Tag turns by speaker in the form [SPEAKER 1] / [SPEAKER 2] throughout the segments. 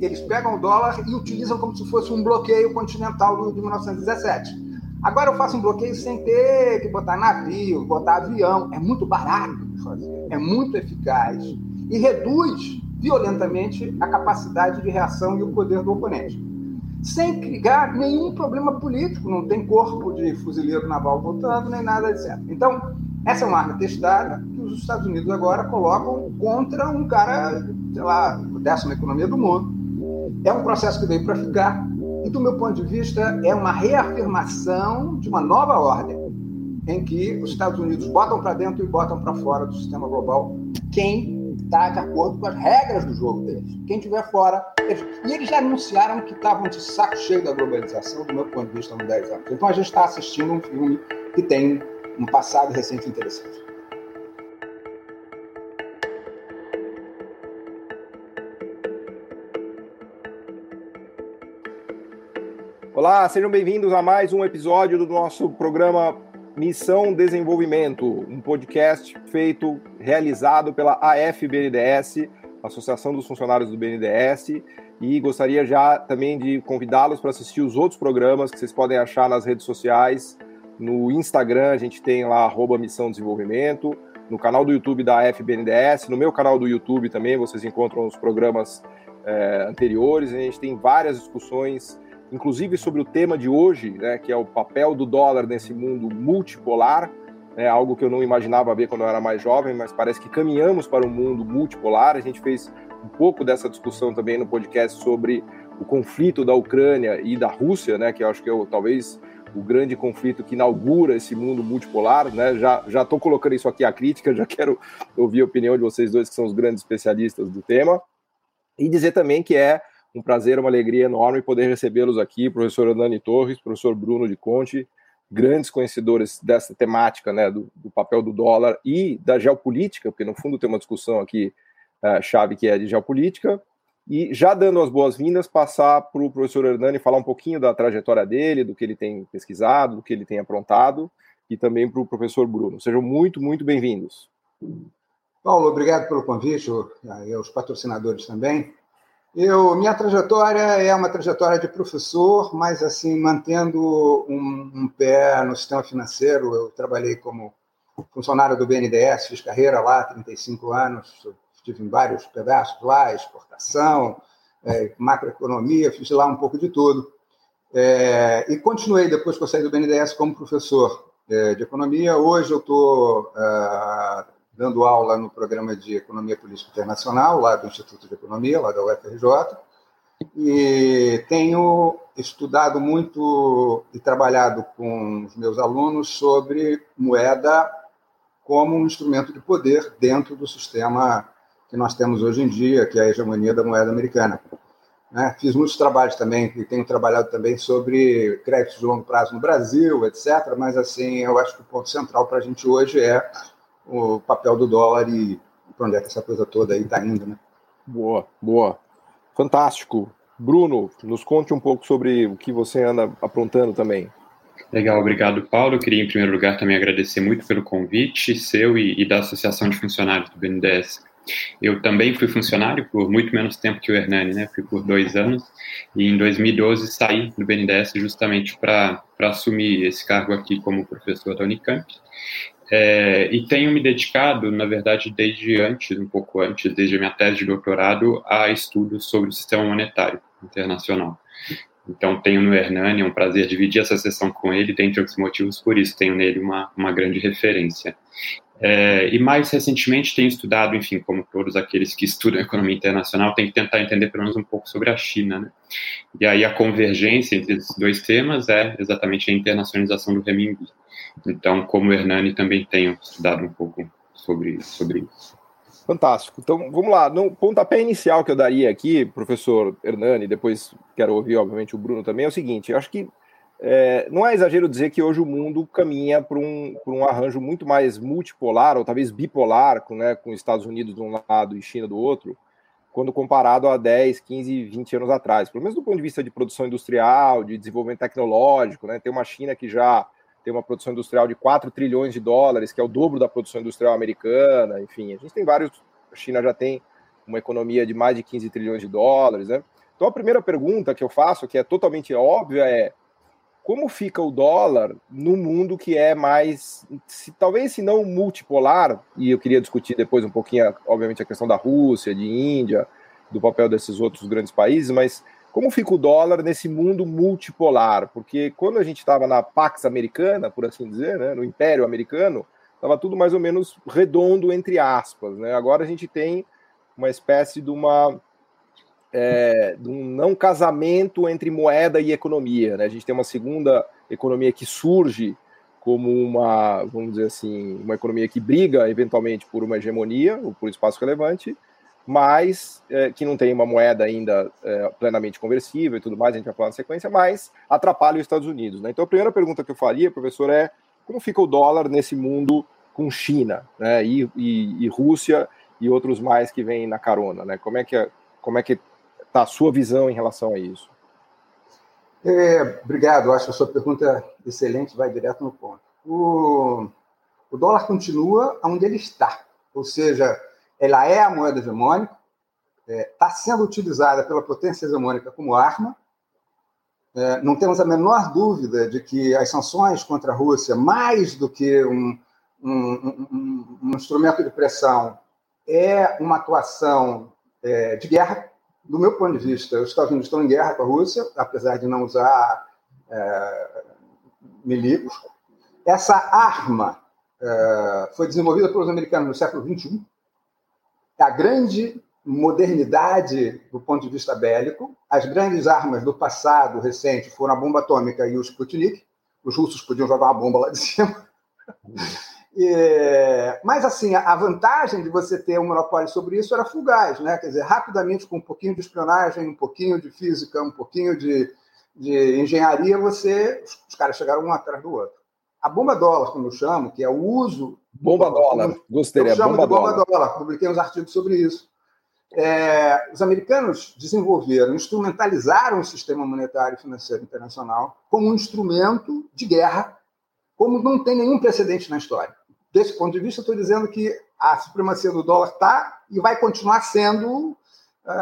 [SPEAKER 1] Eles pegam o dólar e utilizam como se fosse um bloqueio continental de 1917. Agora eu faço um bloqueio sem ter que botar navio, botar avião. É muito barato fazer, é muito eficaz e reduz violentamente a capacidade de reação e o poder do oponente. Sem criar nenhum problema político, não tem corpo de fuzileiro naval voltando, nem nada, etc. Então, essa é uma arma testada que os Estados Unidos agora colocam contra um cara, sei lá, décima economia do mundo. É um processo que veio para ficar, e do meu ponto de vista é uma reafirmação de uma nova ordem em que os Estados Unidos botam para dentro e botam para fora do sistema global quem está de acordo com as regras do jogo deles. Quem tiver fora, eles... e eles já anunciaram que estavam de saco cheio da globalização, do meu ponto de vista, há 10 anos. Então a gente está assistindo um filme que tem um passado recente interessante.
[SPEAKER 2] Olá, sejam bem-vindos a mais um episódio do nosso programa Missão Desenvolvimento, um podcast feito, realizado pela AFBNDES, Associação dos Funcionários do BNDES, e gostaria já também de convidá-los para assistir os outros programas que vocês podem achar nas redes sociais. No Instagram a gente tem lá arroba Missão Desenvolvimento, no canal do YouTube da AFBNDES, no meu canal do YouTube também vocês encontram os programas eh, anteriores, a gente tem várias discussões inclusive sobre o tema de hoje, né, que é o papel do dólar nesse mundo multipolar, né, algo que eu não imaginava ver quando eu era mais jovem, mas parece que caminhamos para um mundo multipolar. A gente fez um pouco dessa discussão também no podcast sobre o conflito da Ucrânia e da Rússia, né, que eu acho que é o, talvez o grande conflito que inaugura esse mundo multipolar, né? Já já estou colocando isso aqui à crítica, já quero ouvir a opinião de vocês dois que são os grandes especialistas do tema e dizer também que é um prazer, uma alegria enorme poder recebê-los aqui, professor Hernani Torres, professor Bruno de Conte, grandes conhecedores dessa temática, né, do, do, papel do dólar e da geopolítica, porque no fundo tem uma discussão aqui uh, chave que é de geopolítica. E já dando as boas-vindas, passar para o professor Hernani falar um pouquinho da trajetória dele, do que ele tem pesquisado, do que ele tem aprontado, e também para o professor Bruno. Sejam muito, muito bem-vindos.
[SPEAKER 1] Paulo, obrigado pelo convite, e aos patrocinadores também. Eu, minha trajetória é uma trajetória de professor, mas assim mantendo um, um, pé no sistema financeiro. Eu trabalhei como funcionário do BNDES, fiz carreira lá, 35 anos, estive em vários pedaços lá, exportação, é, macroeconomia, fiz lá um pouco de tudo. É, e continuei depois que eu saí do BNDES como professor é, de economia. Hoje eu ah, estou dando aula no programa de Economia Política Internacional, lá do Instituto de Economia, lá da UFRJ, e tenho estudado muito e trabalhado com os meus alunos sobre moeda como um instrumento de poder dentro do sistema que nós temos hoje em dia, que é a hegemonia da moeda americana. né? Fiz muitos trabalhos também, e tenho trabalhado também sobre créditos de longo prazo no Brasil, etc., mas assim, eu acho que o ponto central para a gente hoje é o papel do dólar e para onde é que essa coisa toda aí está indo, né?
[SPEAKER 2] Boa, boa. Fantástico. Bruno, nos conte um pouco sobre o que você anda aprontando também.
[SPEAKER 3] Legal, obrigado, Paulo. Eu queria, em primeiro lugar, também agradecer muito pelo convite seu e, e da Associação de Funcionários do BNDES. Eu também fui funcionário por muito menos tempo que o Hernani, né? Fui por dois anos e em 2012 saí do BNDES justamente para assumir esse cargo aqui como professor da Unicamp. É, e tenho me dedicado, na verdade, desde antes, um pouco antes, desde a minha tese de doutorado, a estudos sobre o sistema monetário internacional. Então, tenho no Hernani, é um prazer dividir essa sessão com ele, dentre outros motivos, por isso tenho nele uma, uma grande referência. É, e mais recentemente tenho estudado, enfim, como todos aqueles que estudam economia internacional, tem que tentar entender pelo menos um pouco sobre a China, né? E aí a convergência entre esses dois temas é exatamente a internacionalização do renminbi. Então, como o Hernani, também tenho estudado um pouco sobre, sobre isso.
[SPEAKER 2] Fantástico. Então, vamos lá. No pontapé inicial que eu daria aqui, professor Hernani, depois quero ouvir, obviamente, o Bruno também, é o seguinte, eu acho que é, não é exagero dizer que hoje o mundo caminha para um, por um arranjo muito mais multipolar, ou talvez bipolar, com, né, com Estados Unidos de um lado e China do outro, quando comparado a 10, 15, 20 anos atrás. Pelo menos do ponto de vista de produção industrial, de desenvolvimento tecnológico, né, tem uma China que já tem uma produção industrial de 4 trilhões de dólares, que é o dobro da produção industrial americana, enfim, a gente tem vários. A China já tem uma economia de mais de 15 trilhões de dólares, né? Então a primeira pergunta que eu faço, que é totalmente óbvia, é como fica o dólar no mundo que é mais, se, talvez se não multipolar, e eu queria discutir depois um pouquinho, obviamente, a questão da Rússia, de Índia, do papel desses outros grandes países, mas como fica o dólar nesse mundo multipolar? Porque quando a gente estava na Pax Americana, por assim dizer, né, no Império Americano, estava tudo mais ou menos redondo, entre aspas. Né? Agora a gente tem uma espécie de uma é, de um não casamento entre moeda e economia. Né? A gente tem uma segunda economia que surge como uma, vamos dizer assim, uma economia que briga eventualmente por uma hegemonia ou por espaço relevante, mas é, que não tem uma moeda ainda é, plenamente conversível e tudo mais, a gente vai falar na sequência, mas atrapalha os Estados Unidos. Né? Então a primeira pergunta que eu faria, professor, é como fica o dólar nesse mundo com China né? e, e, e Rússia e outros mais que vêm na carona? Né? Como é que... Como é que tá a sua visão em relação a isso?
[SPEAKER 1] É, obrigado, acho a sua pergunta excelente, vai direto no ponto. O, o, dólar continua onde ele está, ou seja, ela é a moeda hegemônica, está é, sendo utilizada pela potência hegemônica como arma. É, não temos a menor dúvida de que as sanções contra a Rússia, mais do que um, um, um, um instrumento de pressão, é uma atuação é, de guerra do meu ponto de vista, os Estados Unidos estão em guerra com a Rússia, apesar de não usar é, milicos. Essa arma é, foi desenvolvida pelos americanos no século XXI. É A grande modernidade do ponto de vista bélico, as grandes armas do passado recente foram a bomba atômica e o Sputnik. Os russos podiam jogar uma bomba lá de cima. É, mas, assim, a vantagem de você ter um monopólio sobre isso era fugaz, né? Quer dizer, rapidamente, com um pouquinho de espionagem, um pouquinho de física, um pouquinho de, de engenharia, você os caras chegaram um atrás do outro. A bomba dólar, como eu chamo, que é o uso...
[SPEAKER 2] Bomba dólar, dólar. gostei.
[SPEAKER 1] Eu
[SPEAKER 2] é
[SPEAKER 1] chamo
[SPEAKER 2] bomba
[SPEAKER 1] de bomba dólar. dólar, publiquei uns artigos sobre isso. É, os americanos desenvolveram, instrumentalizaram o sistema monetário e financeiro internacional como um instrumento de guerra, como não tem nenhum precedente na história desse ponto de vista, estou dizendo que a supremacia do dólar está e vai continuar sendo, é,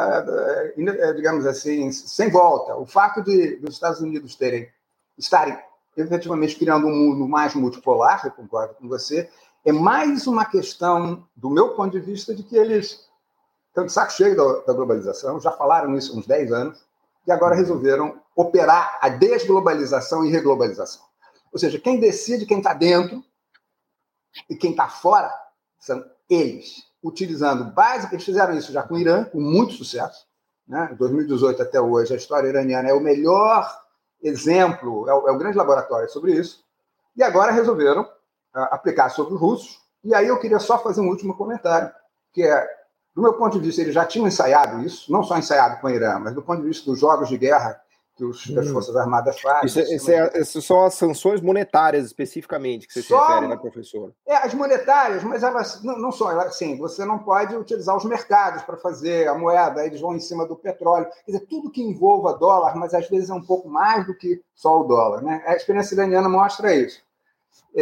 [SPEAKER 1] digamos assim, sem volta. O fato de os Estados Unidos terem estarem efetivamente criando um mundo mais multipolar, eu concordo com você, é mais uma questão, do meu ponto de vista, de que eles estão de saco cheio da, da globalização, já falaram isso há uns 10 anos, e agora resolveram operar a desglobalização e reglobalização. Ou seja, quem decide, quem está dentro, e quem está fora são eles, utilizando básica. Eles fizeram isso já com o Irã, com muito sucesso. Né? De 2018 até hoje, a história iraniana é o melhor exemplo, é o, é o grande laboratório sobre isso. E agora resolveram ah, aplicar sobre os russos. E aí eu queria só fazer um último comentário, que é, do meu ponto de vista, eles já tinham ensaiado isso, não só ensaiado com o Irã, mas do ponto de vista dos jogos de guerra que, os, que as Forças Armadas fazem.
[SPEAKER 2] Hum. Isso, isso é, essas são as sanções monetárias, especificamente, que você só, se refere, né, professor?
[SPEAKER 1] É, as monetárias, mas elas não, não são, elas, assim, você não pode utilizar os mercados para fazer a moeda, eles vão em cima do petróleo. Quer dizer, tudo que envolva dólar, mas às vezes é um pouco mais do que só o dólar. Né? A experiência iraniana mostra isso.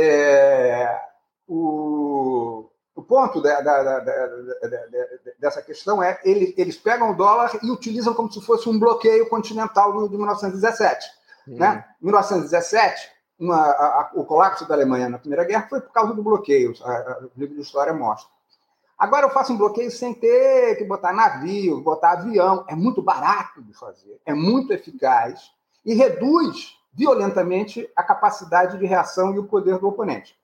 [SPEAKER 1] É, o, o ponto da, da, da, dessa questão é ele, eles pegam o dólar e utilizam como se fosse um bloqueio continental de 1917. Hum. Né? 1917, uma, a, a, o colapso da Alemanha na Primeira Guerra foi por causa do bloqueio, a, a, o livro de história mostra. Agora eu faço um bloqueio sem ter que botar navio, botar avião. É muito barato de fazer, é muito eficaz e reduz violentamente a capacidade de reação e o poder do oponente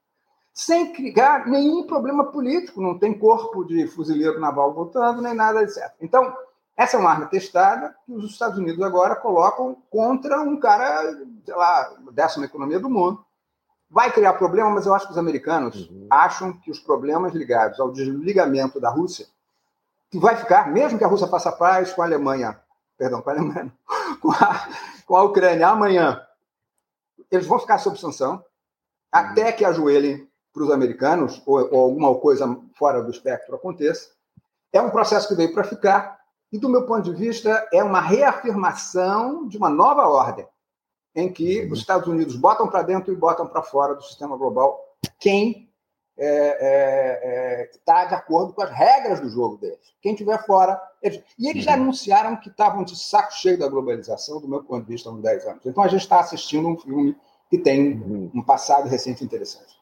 [SPEAKER 1] sem criar nenhum problema político, não tem corpo de fuzileiro naval voltando, nem nada, etc. Então, essa é uma arma testada que os Estados Unidos agora colocam contra um cara, sei lá, décima economia do mundo. Vai criar problema, mas eu acho que os americanos uhum. acham que os problemas ligados ao desligamento da Rússia, que vai ficar, mesmo que a Rússia faça paz com a Alemanha, perdão, com a Alemanha, com a, com a Ucrânia amanhã, eles vão ficar sob sanção uhum. até que ajoelhem para os americanos, ou, ou, alguma coisa fora do espectro aconteça. É um processo que veio para ficar, e do meu ponto de vista, é uma reafirmação de uma nova ordem, em que os Estados Unidos botam para dentro e botam para fora do sistema global quem é, é, está de acordo com as regras do jogo deles. Quem tiver fora. Eles... E eles já anunciaram que estavam de saco cheio da globalização, do meu ponto de vista, há uns 10 anos. Então a gente está assistindo um filme que tem
[SPEAKER 2] Uhum.
[SPEAKER 1] um passado recente interessante.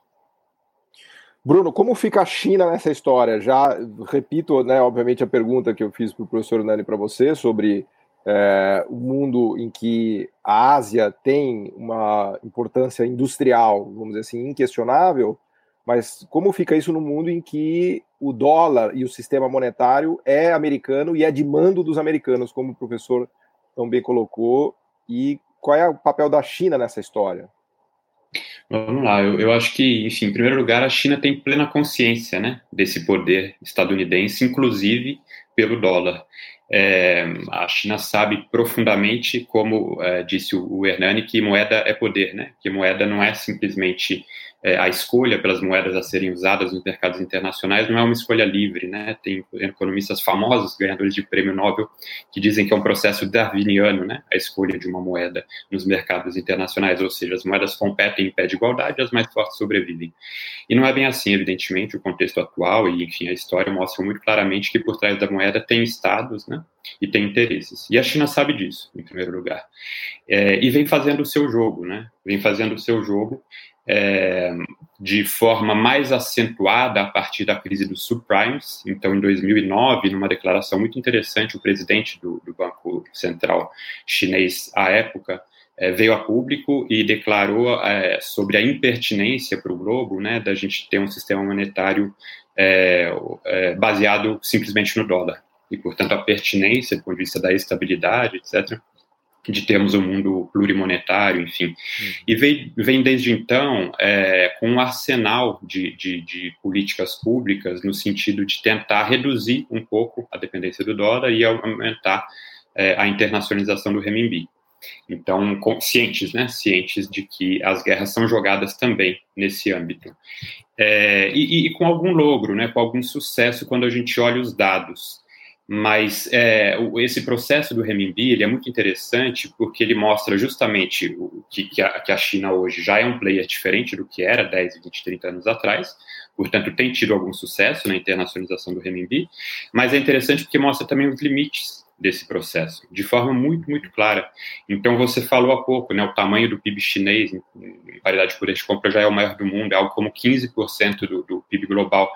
[SPEAKER 2] Bruno, como fica a China nessa história? Já repito, né, obviamente, a pergunta que eu fiz para o professor Nani para você sobre é, o mundo em que a Ásia tem uma importância industrial, vamos dizer assim, inquestionável, mas como fica isso no mundo em que o dólar e o sistema monetário é americano e é de mando dos americanos, como o professor também colocou, e qual é o papel da China nessa história?
[SPEAKER 3] Vamos lá, eu, eu acho que, enfim, em primeiro lugar, a China tem plena consciência né, desse poder estadunidense, inclusive pelo dólar. É, a China sabe profundamente, como é, disse o, o Hernani, que moeda é poder, né? que moeda não é simplesmente é, a escolha pelas moedas a serem usadas nos mercados internacionais, não é uma escolha livre. Né? Tem economistas famosos, ganhadores de prêmio Nobel, que dizem que é um processo darwiniano né? a escolha de uma moeda nos mercados internacionais, ou seja, as moedas competem em pé de igualdade, as mais fortes sobrevivem. E não é bem assim, evidentemente, o contexto atual e, enfim, a história mostram muito claramente que por trás da moeda tem estados, né? e tem interesses. E a China sabe disso, em primeiro lugar. É, e vem fazendo o seu jogo, né? Vem fazendo o seu jogo é, de forma mais acentuada a partir da crise dos subprimes. Então, em 2009, numa declaração muito interessante, o presidente do, do Banco Central chinês à época, é, veio a público e declarou é, sobre a impertinência para o globo, né, da gente ter um sistema monetário é, baseado simplesmente no dólar e, portanto, a pertinência do ponto de vista da estabilidade, etc., de termos um mundo plurimonetário, enfim. E vem, vem desde então é, com um arsenal de, de, de, políticas públicas no sentido de tentar reduzir um pouco a dependência do dólar e aumentar é, a internacionalização do renminbi. Então, conscientes, né? Cientes de que as guerras são jogadas também nesse âmbito. É, e, e com algum logro, né? Com algum sucesso quando a gente olha os dados mas é, esse processo do renminbi ele é muito interessante porque ele mostra justamente que, que, a, que, a, China hoje já é um player diferente do que era 10, 20, 30 anos atrás, portanto tem tido algum sucesso na internacionalização do renminbi, mas é interessante porque mostra também os limites desse processo, de forma muito, muito clara. Então, você falou há pouco, né, o tamanho do PIB chinês em, em paridade por de compra já é o maior do mundo, é algo como 15% do, do PIB global.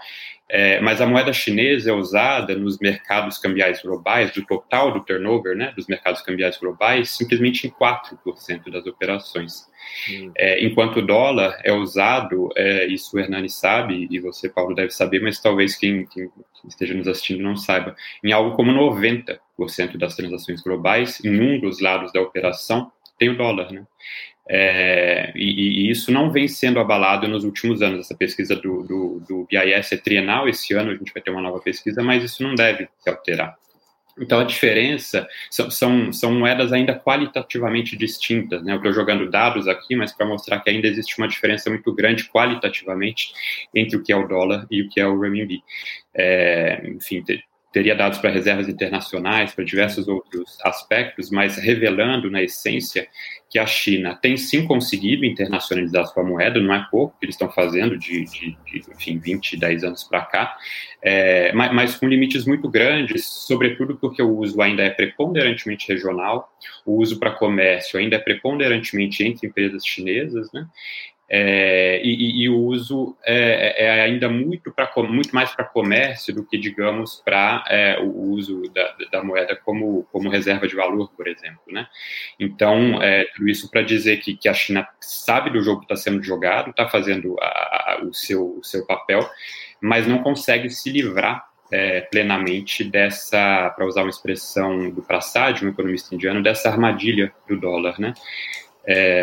[SPEAKER 3] É, mas a moeda chinesa é usada nos mercados cambiais globais, do total do turnover, né, dos mercados cambiais globais, simplesmente em 4% das operações. Hum. É, enquanto o dólar é usado, é, isso o Hernani sabe, e você, Paulo, deve saber, mas talvez quem, quem esteja nos assistindo não saiba, em algo como 90% das transações globais, em um dos lados da operação, tem o dólar, né? É, e, e, isso não vem sendo abalado nos últimos anos. Essa pesquisa do, do, do BIS é trienal, esse ano a gente vai ter uma nova pesquisa, mas isso não deve se alterar. Então, a diferença são, são, são moedas ainda qualitativamente distintas. Né? Eu estou jogando dados aqui, mas para mostrar que ainda existe uma diferença muito grande qualitativamente entre o que é o dólar e o que é o renminbi. É, enfim, ter, teria dados para reservas internacionais, para diversos outros aspectos, mas revelando, na essência, que a China tem sim conseguido internacionalizar sua moeda, não é pouco que eles estão fazendo de, de, de enfim, 20, 10 anos para cá, é, mas, mas, com limites muito grandes, sobretudo porque o uso ainda é preponderantemente regional, o uso para comércio ainda é preponderantemente entre empresas chinesas, né? É, e, e, o uso é, é ainda muito, pra, muito mais para comércio do que, digamos, para é, o uso da, da, moeda como, como reserva de valor, por exemplo. Né? Então, tudo isso para dizer que, que a China sabe do jogo que está sendo jogado, está fazendo a, a, o, seu, o seu papel, mas não consegue se livrar é, plenamente dessa, para usar uma expressão do Prasad, um economista indiano, dessa armadilha do dólar. Né? É,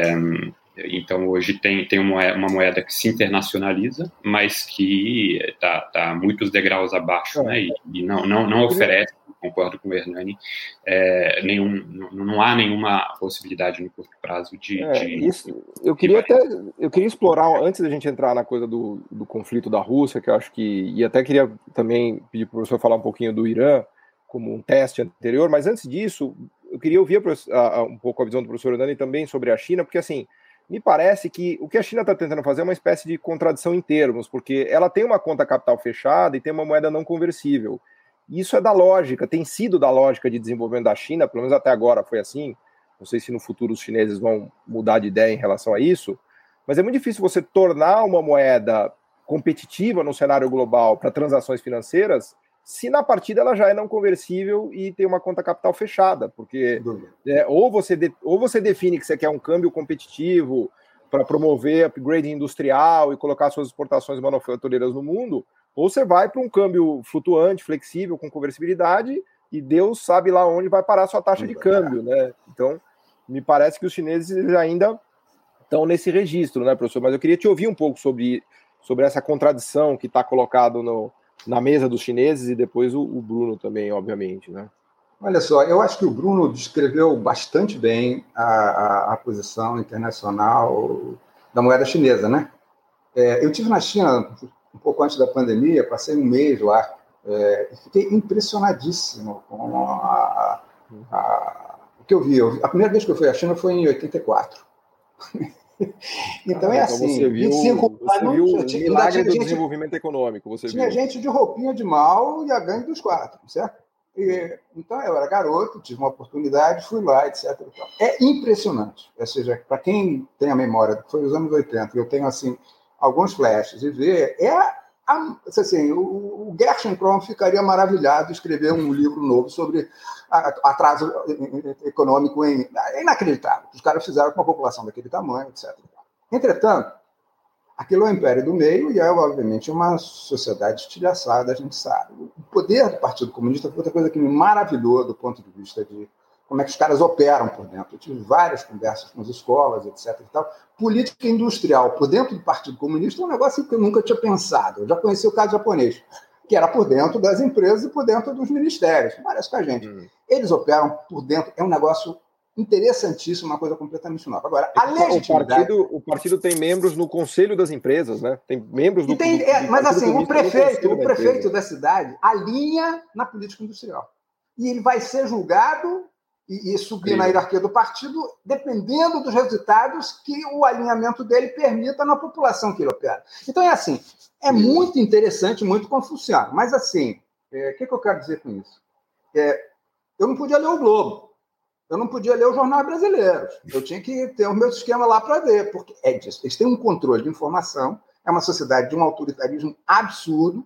[SPEAKER 3] Então, hoje tem, tem uma, uma, moeda que se internacionaliza, mas que está tá muitos degraus abaixo, é. né? E, e, não, não, não oferece, concordo com o Hernani, é, nenhum, não, não há nenhuma possibilidade no curto prazo de.
[SPEAKER 2] É,
[SPEAKER 3] de
[SPEAKER 2] isso, eu queria de... até eu queria explorar, antes da gente entrar na coisa do, do conflito da Rússia, que eu acho que. E até queria também pedir para o professor falar um pouquinho do Irã, como um teste anterior, mas antes disso, eu queria ouvir a, a, um pouco a visão do professor Hernani também sobre a China, porque assim me parece que o que a China está tentando fazer é uma espécie de contradição em termos, porque ela tem uma conta capital fechada e tem uma moeda não conversível. Isso é da lógica, tem sido da lógica de desenvolvimento da China, pelo menos até agora foi assim. Não sei se no futuro os chineses vão mudar de ideia em relação a isso, mas é muito difícil você tornar uma moeda competitiva no cenário global para transações financeiras se na partida ela já é não conversível e tem uma conta capital fechada, porque é, ou, você de, ou você define que você quer um câmbio competitivo para promover upgrade industrial e colocar suas exportações manufatureiras no mundo, ou você vai para um câmbio flutuante, flexível, com conversibilidade, e Deus sabe lá onde vai parar sua taxa de câmbio, né? Então, me parece que os chineses ainda estão nesse registro, né, professor? Mas eu queria te ouvir um pouco sobre, sobre essa contradição que está colocado no, na mesa dos chineses e depois o, Bruno também, obviamente, né?
[SPEAKER 1] Olha só, eu acho que o Bruno descreveu bastante bem a, a, a posição internacional da moeda chinesa, né? É, eu tive na China um pouco antes da pandemia, passei um mês lá é, e fiquei impressionadíssimo com a, o que eu vi. Eu, a primeira vez que eu fui à China foi em 84. Então ah, é assim,
[SPEAKER 2] então você viu, 25 você anos, viu o tinha, milagre do gente, desenvolvimento econômico. Você
[SPEAKER 1] tinha
[SPEAKER 2] viu.
[SPEAKER 1] gente de roupinha de mal e a gangue dos quatro, certo? E, então eu era garoto, tive uma oportunidade, fui lá, etc. Então, é impressionante. Ou seja, para quem tem a memória, foi os anos 80, eu tenho assim alguns flashes e ver, é a, assim, o, o Gerschenkron ficaria maravilhado escrever um livro novo sobre atraso econômico em, é inacreditável. Os caras fizeram com uma população daquele tamanho, etc. Entretanto, aquilo é o império do meio e é, obviamente, uma sociedade estilhaçada, a gente sabe. O poder do Partido Comunista foi outra coisa que me maravilhou do ponto de vista de como é que os caras operam por dentro. Eu tive várias conversas com as escolas, etc. E tal. Política industrial por dentro do Partido Comunista é um negócio que eu nunca tinha pensado. Eu já conheci o caso japonês que era por dentro das empresas e por dentro dos ministérios. Parece com a gente. Hum. Eles operam por dentro, é um negócio interessantíssimo, uma coisa completamente nova. Agora, a legitimidade...
[SPEAKER 2] Então, O partido, o partido tem membros no conselho das empresas, né? Tem membros do...
[SPEAKER 1] Tem,
[SPEAKER 2] do,
[SPEAKER 1] é, mas assim, o prefeito, o prefeito da, da cidade alinha na política industrial. E ele vai ser julgado e, e subir Sim. na hierarquia do partido dependendo dos resultados que o alinhamento dele permita na população que ele opera. Então é assim, é muito interessante, muito confuciano. Mas, assim, o é, que, que, eu quero dizer com isso? É, eu não podia ler o Globo, eu não podia ler os jornais brasileiros, eu tinha que ter o meu esquema lá para ver, porque é disso. Eles têm um controle de informação, é uma sociedade de um autoritarismo absurdo,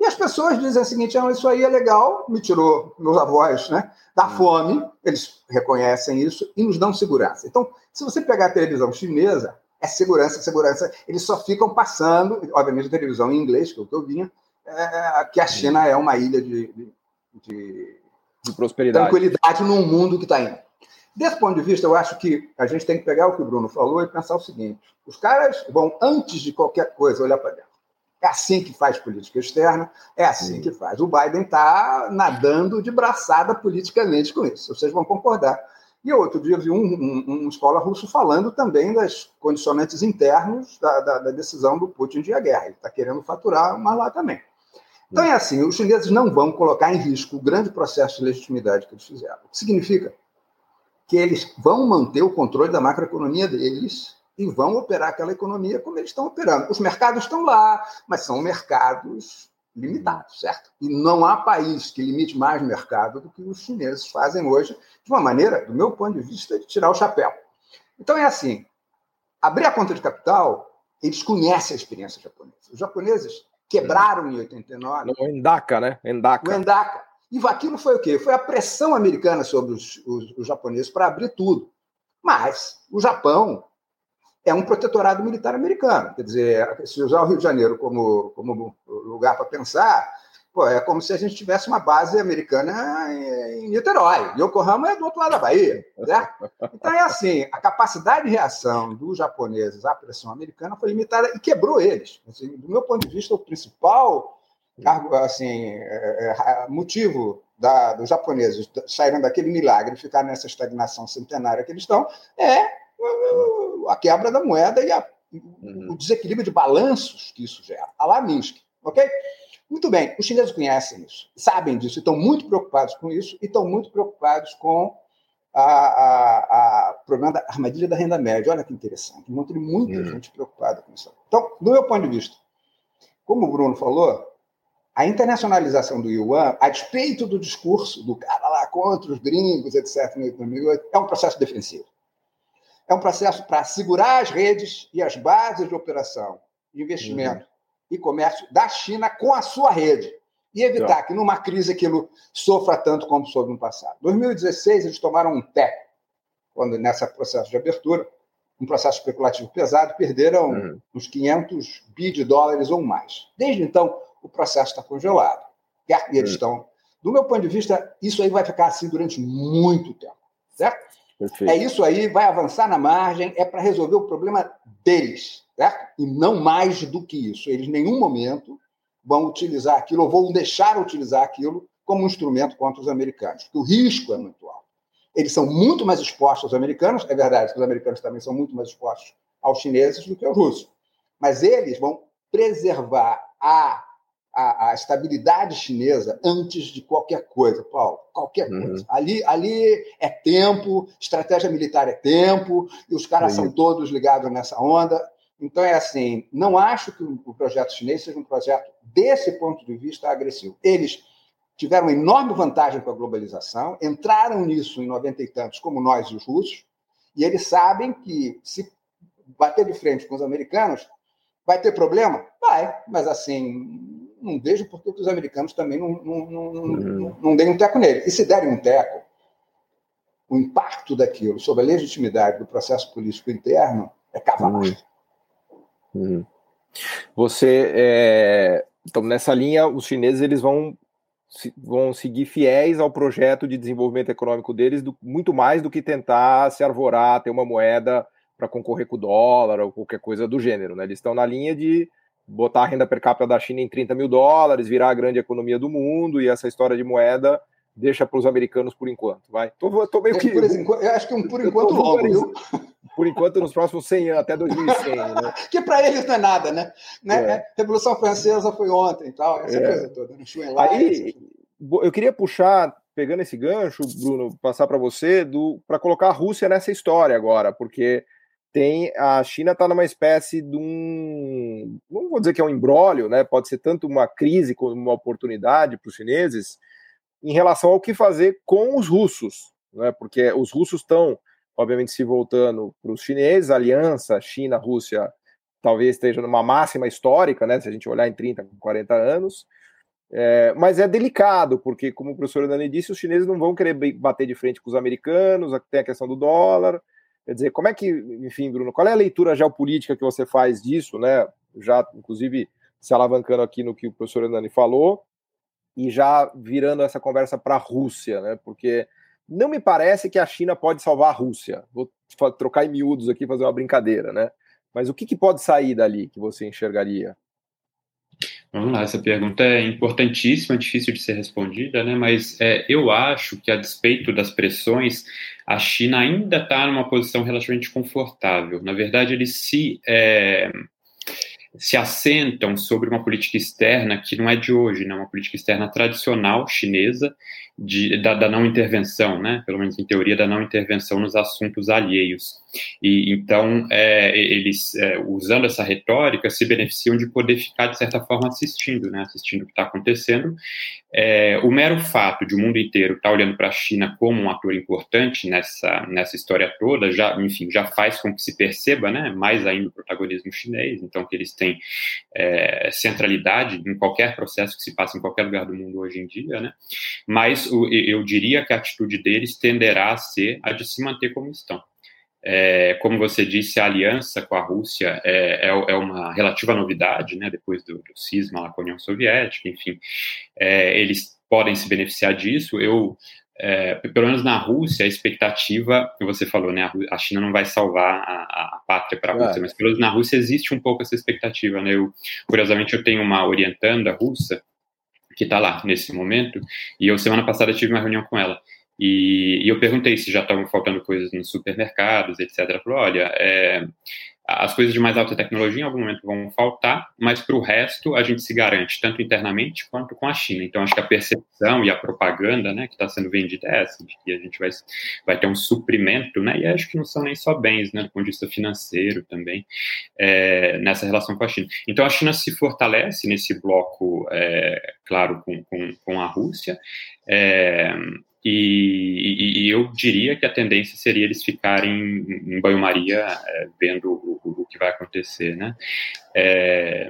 [SPEAKER 1] e as pessoas dizem o seguinte: ah, isso aí é legal, me tirou meus avós né, da fome, eles reconhecem isso e nos dão segurança. Então, se você pegar a televisão chinesa, é segurança, segurança. Eles só ficam passando, obviamente, a televisão em inglês, que é o que eu vinha, é, que a China é uma ilha de, de, de,
[SPEAKER 2] de prosperidade.
[SPEAKER 1] tranquilidade num mundo que está indo. Desse ponto de vista, eu acho que a gente tem que pegar o que o Bruno falou e pensar o seguinte: os caras vão, antes de qualquer coisa, olhar para dentro. É assim que faz política externa, é assim Sim. que faz. O Biden está nadando de braçada politicamente com isso. Vocês vão concordar. E outro dia vi um, um, um, escola russo falando também das condicionantes internos da, da, da decisão do Putin de ir à guerra. Ele está querendo faturar, mas lá também. Então é assim, os chineses não vão colocar em risco o grande processo de legitimidade que eles fizeram. O que significa que eles vão manter o controle da macroeconomia deles e vão operar aquela economia como eles estão operando. Os mercados estão lá, mas são mercados limitado, certo? E não há país que limite mais mercado do que os chineses fazem hoje, de uma maneira, do meu ponto de vista, de tirar o chapéu. Então é assim: abrir a conta de capital, eles conhecem a experiência japonesa. Os japoneses quebraram em 89.
[SPEAKER 2] O Endaka, né? Endaka.
[SPEAKER 1] O Endaka. E aquilo foi o quê? Foi a pressão americana sobre os, os, os japoneses para abrir tudo. Mas o Japão é um protetorado militar americano. Quer dizer, se usar o Rio de Janeiro como, como lugar para pensar, pô, é como se a gente tivesse uma base americana em Niterói. Yokohama é do outro lado da Bahia. Certo? Então é assim: a capacidade de reação dos japoneses à pressão americana foi limitada e quebrou eles. Assim, do meu ponto de vista, o principal assim, motivo da, dos japoneses saírem daquele milagre e ficar nessa estagnação centenária que eles estão é a quebra da moeda e a, uhum. o desequilíbrio de balanços que isso gera. A lá Minsk, ok? Muito bem, os chineses conhecem isso, sabem disso, estão muito preocupados com isso e estão muito preocupados com a, a, a programa da Armadilha da Renda Média. Olha que interessante. Um monte de muita uhum. gente preocupada com isso. Então, do meu ponto de vista, como o Bruno falou, a internacionalização do yuan, a despeito do discurso do cara lá contra os gringos, etc., em 2008, é um processo defensivo. É um processo para segurar as redes e as bases de operação, de investimento uhum. e comércio da China com a sua rede e evitar então. que numa crise aquilo sofra tanto como soube no passado. 2016 eles tomaram um pé quando nessa processo de abertura, um processo especulativo pesado, perderam uhum. uns 500 bi de dólares ou mais. Desde então o processo está congelado. E eles uhum. estão, do meu ponto de vista, isso aí vai ficar assim durante muito tempo, certo? Perfeito. É isso aí, vai avançar na margem, é para resolver o problema deles, certo? E não mais do que isso. Eles, em nenhum momento, vão utilizar aquilo ou vão deixar utilizar aquilo como um instrumento contra os americanos, porque o risco é muito alto. Eles são muito mais expostos aos americanos, é verdade que os americanos também são muito mais expostos aos chineses do que aos russos, mas eles vão preservar a, a, a estabilidade chinesa antes de qualquer coisa, Paulo, qualquer coisa. Uhum. Ali, ali é tempo, estratégia militar é tempo, e os caras uhum. são todos ligados nessa onda. Então, é assim: não acho que o projeto chinês seja um projeto, desse ponto de vista, agressivo. Eles tiveram uma enorme vantagem com a globalização, entraram nisso em noventa e tantos, como nós e os russos, e eles sabem que se bater de frente com os americanos, vai ter problema? Vai, mas assim, não vejo por que os americanos também não, não, não, uhum. não deem um teco nele. E se derem um teco, o impacto daquilo sobre a legitimidade do processo político interno é cavalar.
[SPEAKER 2] Uhum. Você, é... então, nessa linha, os chineses eles vão vão seguir fiéis ao projeto de desenvolvimento econômico deles, do... muito mais do que tentar se arvorar, ter uma moeda para concorrer com o dólar ou qualquer coisa do gênero. Né? Eles estão na linha de botar a renda per capita da China em 30 mil dólares, virar a grande economia do mundo e essa história de moeda deixa para os americanos por enquanto, vai. Tô, tô meio que...
[SPEAKER 1] É, por exemplo, eu acho que um por enquanto logo, viu?
[SPEAKER 2] Por enquanto, nos próximos 100 anos, até 2100, né?
[SPEAKER 1] que para eles não é nada, né? né? É. Revolução Francesa foi ontem e tal, essa é. coisa toda. Né?
[SPEAKER 2] Aí, eu queria puxar, pegando esse gancho, Bruno, passar para você, para colocar a Rússia nessa história agora, porque tem a China está numa espécie de um, não vou dizer que é um embrólio, né? Pode ser tanto uma crise como uma oportunidade para os chineses, em relação ao que fazer com os russos, né? porque os russos estão, obviamente, se voltando para os chineses, a aliança China-Rússia talvez esteja numa máxima histórica, né? se a gente olhar em 30, 40 anos, é, mas é delicado, porque, como o professor Hernani disse, os chineses não vão querer bater de frente com os americanos, tem a questão do dólar, quer dizer, como é que, enfim, Bruno, qual é a leitura geopolítica que você faz disso, né? já, inclusive, se alavancando aqui no que o professor Hernani falou, e já virando essa conversa para a Rússia, né? Porque não me parece que a China pode salvar a Rússia. Vou trocar em miúdos aqui, fazer uma brincadeira, né? Mas o que, que pode sair dali que você enxergaria?
[SPEAKER 3] Vamos lá, essa pergunta é importantíssima, difícil de ser respondida, né? Mas é, eu acho que, a despeito das pressões, a China ainda está numa posição relativamente confortável. Na verdade, eles se é se assentam sobre uma política externa que não é de hoje, né? uma política externa tradicional chinesa de, da, da, não intervenção, né? pelo menos em teoria, da não intervenção nos assuntos alheios. E Então, é, eles, é, usando essa retórica, se beneficiam de poder ficar, de certa forma, assistindo, né? assistindo o que está acontecendo. É, o mero fato de o mundo inteiro estar tá olhando para a China como um ator importante nessa, nessa história toda, já, enfim, já faz com que se perceba né? mais ainda o protagonismo chinês, então que eles tem é, centralidade em qualquer processo que se passa em qualquer lugar do mundo hoje em dia, né? Mas o, eu diria que a atitude deles tenderá a ser a de se manter como estão. É, como você disse, a aliança com a Rússia é, é uma relativa novidade, né? Depois do, do cisma lá com a União Soviética, enfim, É, eles podem se beneficiar disso. Eu é, pelo menos na Rússia, a expectativa, que você falou, né, a China não vai salvar a, a pátria para a Rússia, é. mas pelo menos na Rússia existe um pouco essa expectativa, né, eu, curiosamente eu tenho uma orientanda russa, que está lá nesse momento, e eu semana passada tive uma reunião com ela, e, e eu perguntei se já estavam faltando coisas nos supermercados, etc, ela falou, olha, é, as coisas de mais alta tecnologia em algum momento vão faltar, mas para o resto a gente se garante, tanto internamente quanto com a China. Então, acho que a percepção e a propaganda né, que está sendo vendida é essa, de que a gente vai, vai ter um suprimento, né, e acho que não são nem só bens, né, do ponto de vista financeiro também, é, nessa relação com a China. Então, a China se fortalece nesse bloco, é, claro, com, com, com, a Rússia, é, e, e, e, eu diria que a tendência seria eles ficarem em, em banho-maria, é, vendo o, o, que vai acontecer, né? É,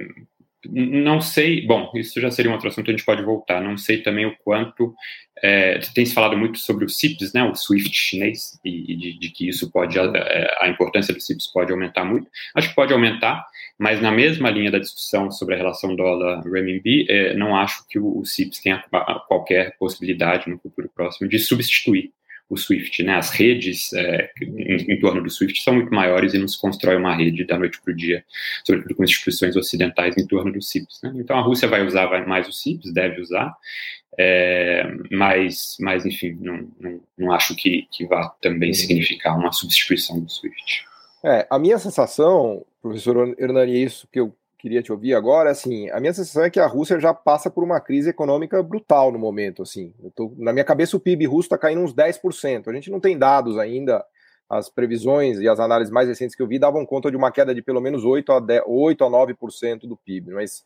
[SPEAKER 3] não sei, bom, isso já seria um outro assunto, a gente pode voltar. Não sei também o quanto. É, tem se falado muito sobre o CIPS, né, o SWIFT chinês, e, e de, de, que isso pode. é, A, a importância do CIPS pode aumentar muito. Acho que pode aumentar, mas na mesma linha da discussão sobre a relação dólar-renminbi, eh, não acho que o, o CIPS tenha qualquer possibilidade no futuro próximo de substituir o SWIFT. Né? As redes eh, em, em, torno do SWIFT são muito maiores e nos constrói uma rede da noite para o dia, sobretudo com instituições ocidentais em torno do CIPS. Né? Então a Rússia vai usar vai mais o CIPS, deve usar, eh, mas, mas, enfim, não, não, não acho que, que vá também significar uma substituição do SWIFT.
[SPEAKER 2] É, a minha sensação, professor Hernani, é isso que eu queria te ouvir agora, assim, a minha sensação é que a Rússia já passa por uma crise econômica brutal no momento, assim. Tô, na minha cabeça o PIB russo está caindo uns 10%. A gente não tem dados ainda. As previsões e as análises mais recentes que eu vi davam conta de uma queda de pelo menos 8 a, 10, 8 a 9% do PIB, mas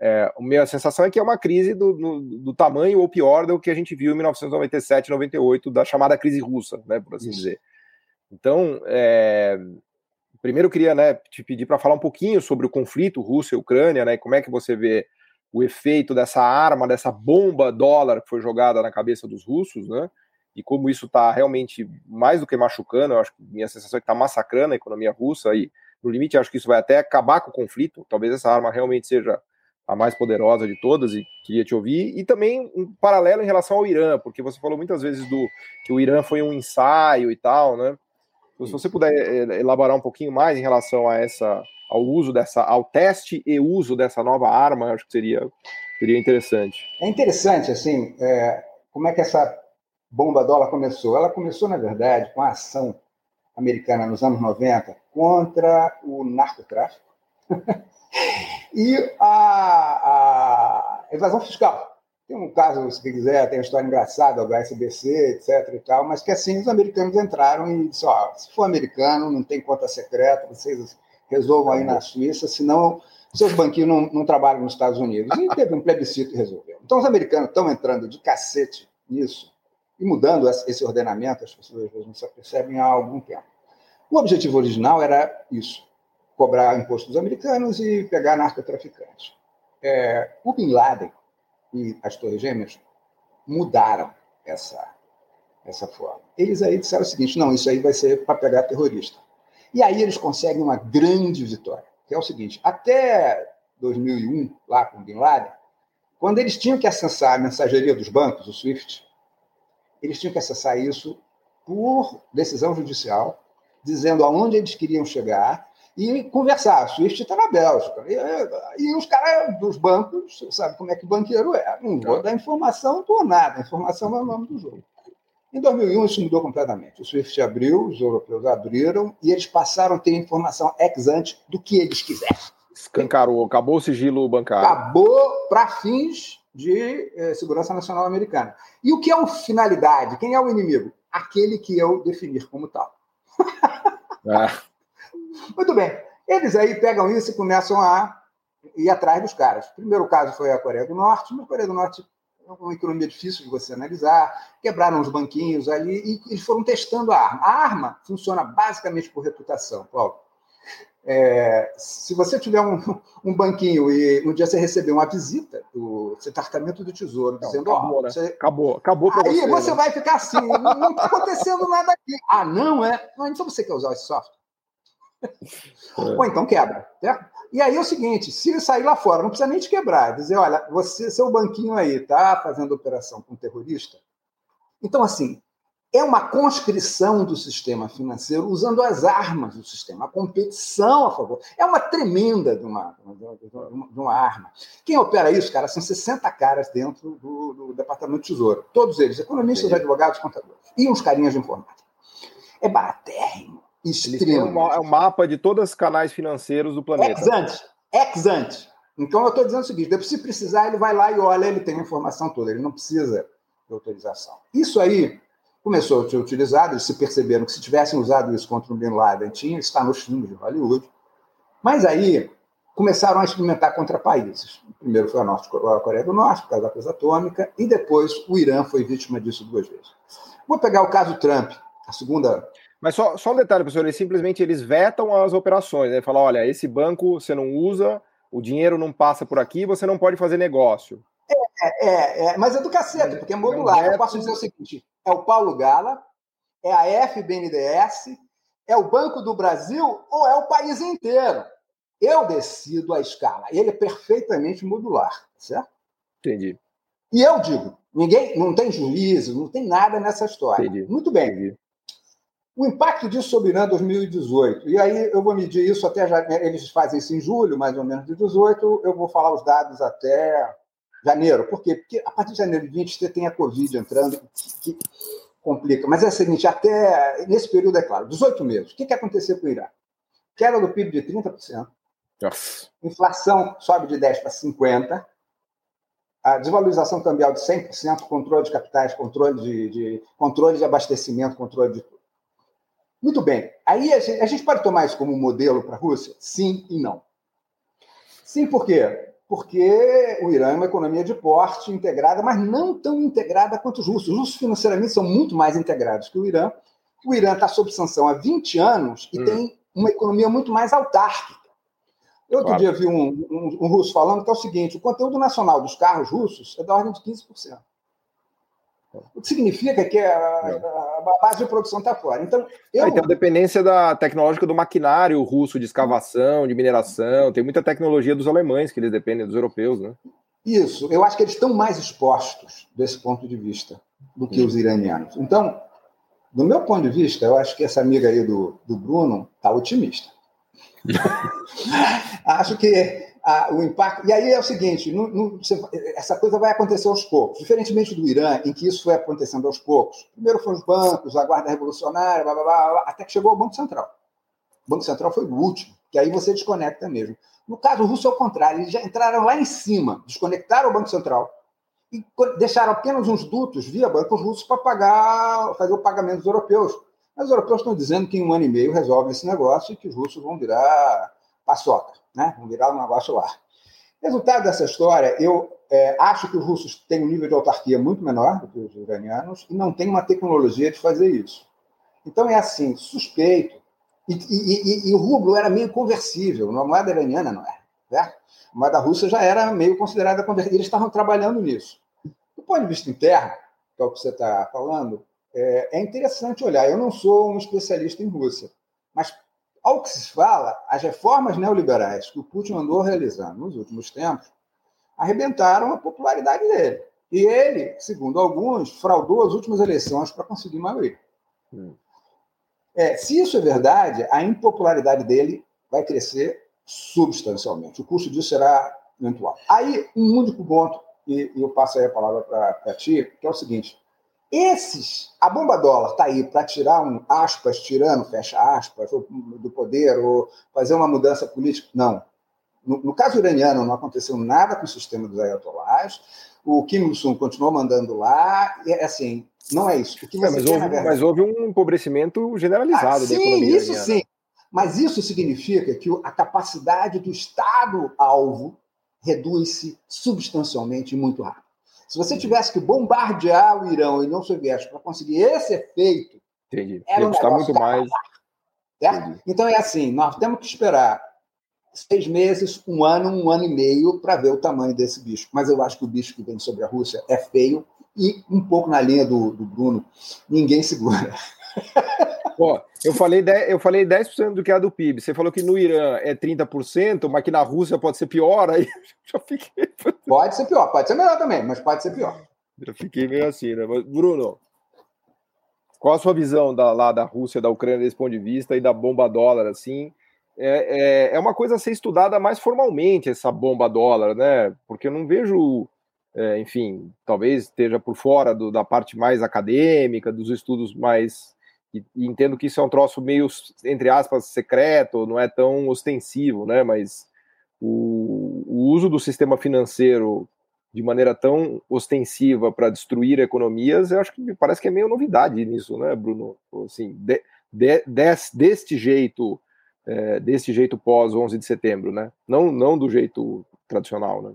[SPEAKER 2] é, a minha sensação é que é uma crise do, do, do, tamanho ou pior do que a gente viu em 1997, 98, da chamada crise russa, né, por assim isso. dizer. Então, é, primeiro eu queria né, te pedir para falar um pouquinho sobre o conflito Rússia Ucrânia, né? Como é que você vê o efeito dessa arma, dessa bomba dólar que foi jogada na cabeça dos russos, né? E como isso está realmente mais do que machucando, eu acho que minha sensação é que está massacrando a economia russa e, no limite, acho que isso vai até acabar com o conflito. Talvez essa arma realmente seja a mais poderosa de todas e queria te ouvir. E também um paralelo em relação ao Irã, porque você falou muitas vezes do que o Irã foi um ensaio e tal, né? se você puder elaborar um pouquinho mais em relação a essa, ao uso dessa, ao teste e uso dessa nova arma, acho que seria, seria interessante.
[SPEAKER 1] É interessante, assim, é, como é que essa bomba dólar começou? Ela começou, na verdade, com a ação americana nos anos 90 contra o narcotráfico e a, a, evasão fiscal. Tem um caso, se quiser, tem uma história engraçada do SBC, etc. e tal, mas que assim os americanos entraram e disse: ó, se for americano, não tem conta secreta, vocês resolvam aí na Suíça, senão seus banquinhos não, não trabalham nos Estados Unidos. E teve um plebiscito e resolveu. Então os americanos estão entrando de cacete nisso e mudando esse ordenamento, as pessoas às vezes não se percebem há algum tempo. O objetivo original era isso: cobrar imposto dos americanos e pegar narcotraficantes. É, o Bin Laden e as Torres Gêmeas mudaram essa, essa forma. Eles aí disseram o seguinte: não, isso aí vai ser para pegar terrorista. E aí eles conseguem uma grande vitória, que é o seguinte: até 2001, lá com Bin Laden, quando eles tinham que acessar a mensageria dos bancos, o SWIFT, eles tinham que acessar isso por decisão judicial, dizendo aonde eles queriam chegar e conversar. A Swift está na Bélgica. E, e os caras dos bancos, sabe como é que o banqueiro é? Não vou dar informação por nada, a informação é o nome do jogo. Em 2001, isso mudou completamente. O Swift abriu, os europeus abriram, e eles passaram a ter informação ex ante do que eles quiserem.
[SPEAKER 2] Escancarou, acabou o sigilo bancário.
[SPEAKER 1] Acabou para fins de eh, segurança nacional americana. E o que é uma finalidade? Quem é o inimigo? Aquele que eu definir como tal. É. Muito bem. Eles aí pegam isso e começam a ir atrás dos caras. O primeiro caso foi a Coreia do Norte, mas a Coreia do Norte é uma economia difícil de você analisar. Quebraram os banquinhos ali e eles foram testando a arma. A arma funciona basicamente por reputação, Paulo. É, se você tiver um, um, banquinho e um dia você receber uma visita do Departamento do Tesouro,
[SPEAKER 2] não,
[SPEAKER 1] dizendo:
[SPEAKER 2] acabou, oh, né? você... acabou, acabou
[SPEAKER 1] Aí você, você né? vai ficar assim: não está acontecendo nada aqui. Ah, não é? Não, então você quer usar esse software. Ou então quebra. Certo? E aí é o seguinte: se sair lá fora, não precisa nem te quebrar, é dizer, olha, você, seu banquinho aí tá fazendo operação com um terrorista. Então, assim, é uma conscrição do sistema financeiro usando as armas do sistema, a competição a favor. É uma tremenda de uma, de uma, de uma arma. Quem opera isso, cara, são 60 caras dentro do, do Departamento de Tesouro. Todos eles, economistas, Sim. advogados, contadores. E uns carinhas de informática. É baratérrimo Extremo. é.
[SPEAKER 2] É um mapa de todos os canais financeiros do planeta.
[SPEAKER 1] Ex ante. Ex ante. Então eu estou dizendo o seguinte: depois, se precisar, ele vai lá e olha, ele tem a informação toda, ele não precisa de autorização. Isso aí começou a ser utilizado, eles se perceberam que se tivessem usado isso contra o Bin Laden, tinha, está nos filmes de Hollywood. Mas aí começaram a experimentar contra países. Primeiro foi a, Norte, a Coreia do Norte, por causa da coisa atômica, e depois o Irã foi vítima disso duas vezes. Vou pegar o caso Trump, a segunda.
[SPEAKER 2] Mas só, só um detalhe, professor, eles simplesmente eles vetam as operações, né? Falam, olha, esse banco você não usa, o dinheiro não passa por aqui, você não pode fazer negócio.
[SPEAKER 1] É, é, é mas é do cacete, porque é modular. Eu posso dizer o seguinte: é o Paulo Gala, é a FBNDS, é o Banco do Brasil ou é o país inteiro. Eu decido a escala. Ele é perfeitamente modular, tá certo?
[SPEAKER 2] Entendi.
[SPEAKER 1] E eu digo, ninguém, não tem juízo, não tem nada nessa história.
[SPEAKER 2] Entendi.
[SPEAKER 1] Muito bem.
[SPEAKER 2] Entendi.
[SPEAKER 1] O impacto disso sobre o Irã 2018. E aí eu vou medir isso até já, é, eles fazem isso em julho, mais ou menos de 18, eu vou falar os dados até janeiro. Por quê? Porque a partir de janeiro de 20 você tem a Covid entrando, que complica. Mas é o seguinte, até nesse período, é claro, 18 meses. O que, que aconteceu com o Irã? Queda do PIB de 30%.
[SPEAKER 2] Nossa.
[SPEAKER 1] Inflação sobe de 10 para 50. A desvalorização cambial de 100%, controle de capitais, controle de, de controle de abastecimento, controle de tudo. Muito bem. Aí a gente, a gente pode tomar isso como um modelo para a Rússia? Sim e não. Sim, por quê? Porque o Irã é uma economia de porte integrada, mas não tão integrada quanto os russos. Os russos financeiramente são muito mais integrados que o Irã. O Irã está sob sanção há 20 anos e hum. tem uma economia muito mais autárquica. Outro claro. dia vi um, um, um, russo falando que é o seguinte: o conteúdo nacional dos carros russos é da ordem de 15%. O que significa que a, a, a base de produção está fora. É. Então, eu...
[SPEAKER 2] Aí tem a É, dependência da tecnológica do maquinário russo de escavação, de mineração. Tem muita tecnologia dos alemães que eles dependem dos europeus, né?
[SPEAKER 1] Isso. Eu acho que eles estão mais expostos desse ponto de vista do que Sim. os iranianos. Então, do meu ponto de vista, eu acho que essa amiga aí do, do Bruno está otimista. acho que a, o impacto. E aí é o seguinte: no, no, essa coisa vai acontecer aos poucos. Diferentemente do Irã, em que isso foi acontecendo aos poucos. Primeiro foram os bancos, a guarda revolucionária, blá, blá, blá, até que chegou o Banco Central. O Banco Central foi o último, que aí você desconecta mesmo. No caso russo, é o contrário: eles já entraram lá em cima, desconectaram o Banco Central e deixaram apenas uns dutos via bancos russos para pagar, fazer o pagamento dos europeus. Mas os europeus estão dizendo que em um ano e meio resolve esse negócio e que os russos vão virar paçoca, né? vão virar um negócio lá. Resultado dessa história, eu é, acho que os russos têm um nível de autarquia muito menor do que os iranianos e não têm uma tecnologia de fazer isso. Então é assim, suspeito. E, e, e, e o rublo era meio conversível, a moeda iraniana não era. Certo? A moeda russa já era meio considerada conversível. Eles estavam trabalhando nisso. Do ponto de vista interno, que é o que você está falando, é, interessante olhar. Eu não sou um especialista em Rússia, mas ao que se fala, as reformas neoliberais que o Putin andou realizando nos últimos tempos arrebentaram a popularidade dele. E ele, segundo alguns, fraudou as últimas eleições para conseguir maioria. Hum. É, se isso é verdade, a impopularidade dele vai crescer substancialmente. O custo disso será eventual. Aí, um único ponto, e, e eu passo aí a palavra para ti, que é o seguinte: esses, a bomba dólar está aí para tirar um aspas, tirando, fecha aspas, ou, do poder, ou fazer uma mudança política. Não. No, no caso iraniano, não aconteceu nada com o sistema dos ayatolás. O Kim Il-sung continuou mandando lá. E, assim, não é isso.
[SPEAKER 2] É, mas, houve, quer, mas, houve, um empobrecimento generalizado ah,
[SPEAKER 1] sim,
[SPEAKER 2] da economia
[SPEAKER 1] isso
[SPEAKER 2] iraniana.
[SPEAKER 1] sim. Mas isso significa que a capacidade do Estado-alvo reduz-se substancialmente e muito rápido. Se
[SPEAKER 2] Uhum.
[SPEAKER 1] você tivesse que bombardear o Irã e a União Soviética para conseguir esse efeito,
[SPEAKER 2] Entendi. era um negócio muito mais.
[SPEAKER 1] Então é assim, nós temos que esperar seis meses, um ano, um ano e meio para ver o tamanho desse bicho. Mas eu acho que o bicho que vem sobre a Rússia é feio e um pouco na linha do, do Bruno, ninguém segura.
[SPEAKER 2] Ó, eu falei, 10, eu falei 10% do que é do PIB. Você falou que no Irã é 30%, mas que na Rússia pode ser pior, aí já fiquei.
[SPEAKER 1] Pode ser pior, pode ser melhor também, mas pode ser pior.
[SPEAKER 2] Eu fiquei meio assim, né? Mas, Bruno, qual a sua visão da, lá da Rússia, da Ucrânia desse ponto de vista e da bomba dólar, assim? É, é, é uma coisa a ser estudada mais formalmente, essa bomba dólar, né? Porque eu não vejo. É, enfim, talvez esteja por fora do, da parte mais acadêmica, dos estudos mais E, e entendo que isso é um troço meio, entre aspas, secreto, não é tão ostensivo, né? Mas o, o uso do sistema financeiro de maneira tão ostensiva para destruir economias, eu acho que me parece que é meio novidade nisso, né, Bruno? Assim, de, de, des, deste jeito, é, deste jeito pós 11 de setembro, né? Não, não do jeito tradicional, né?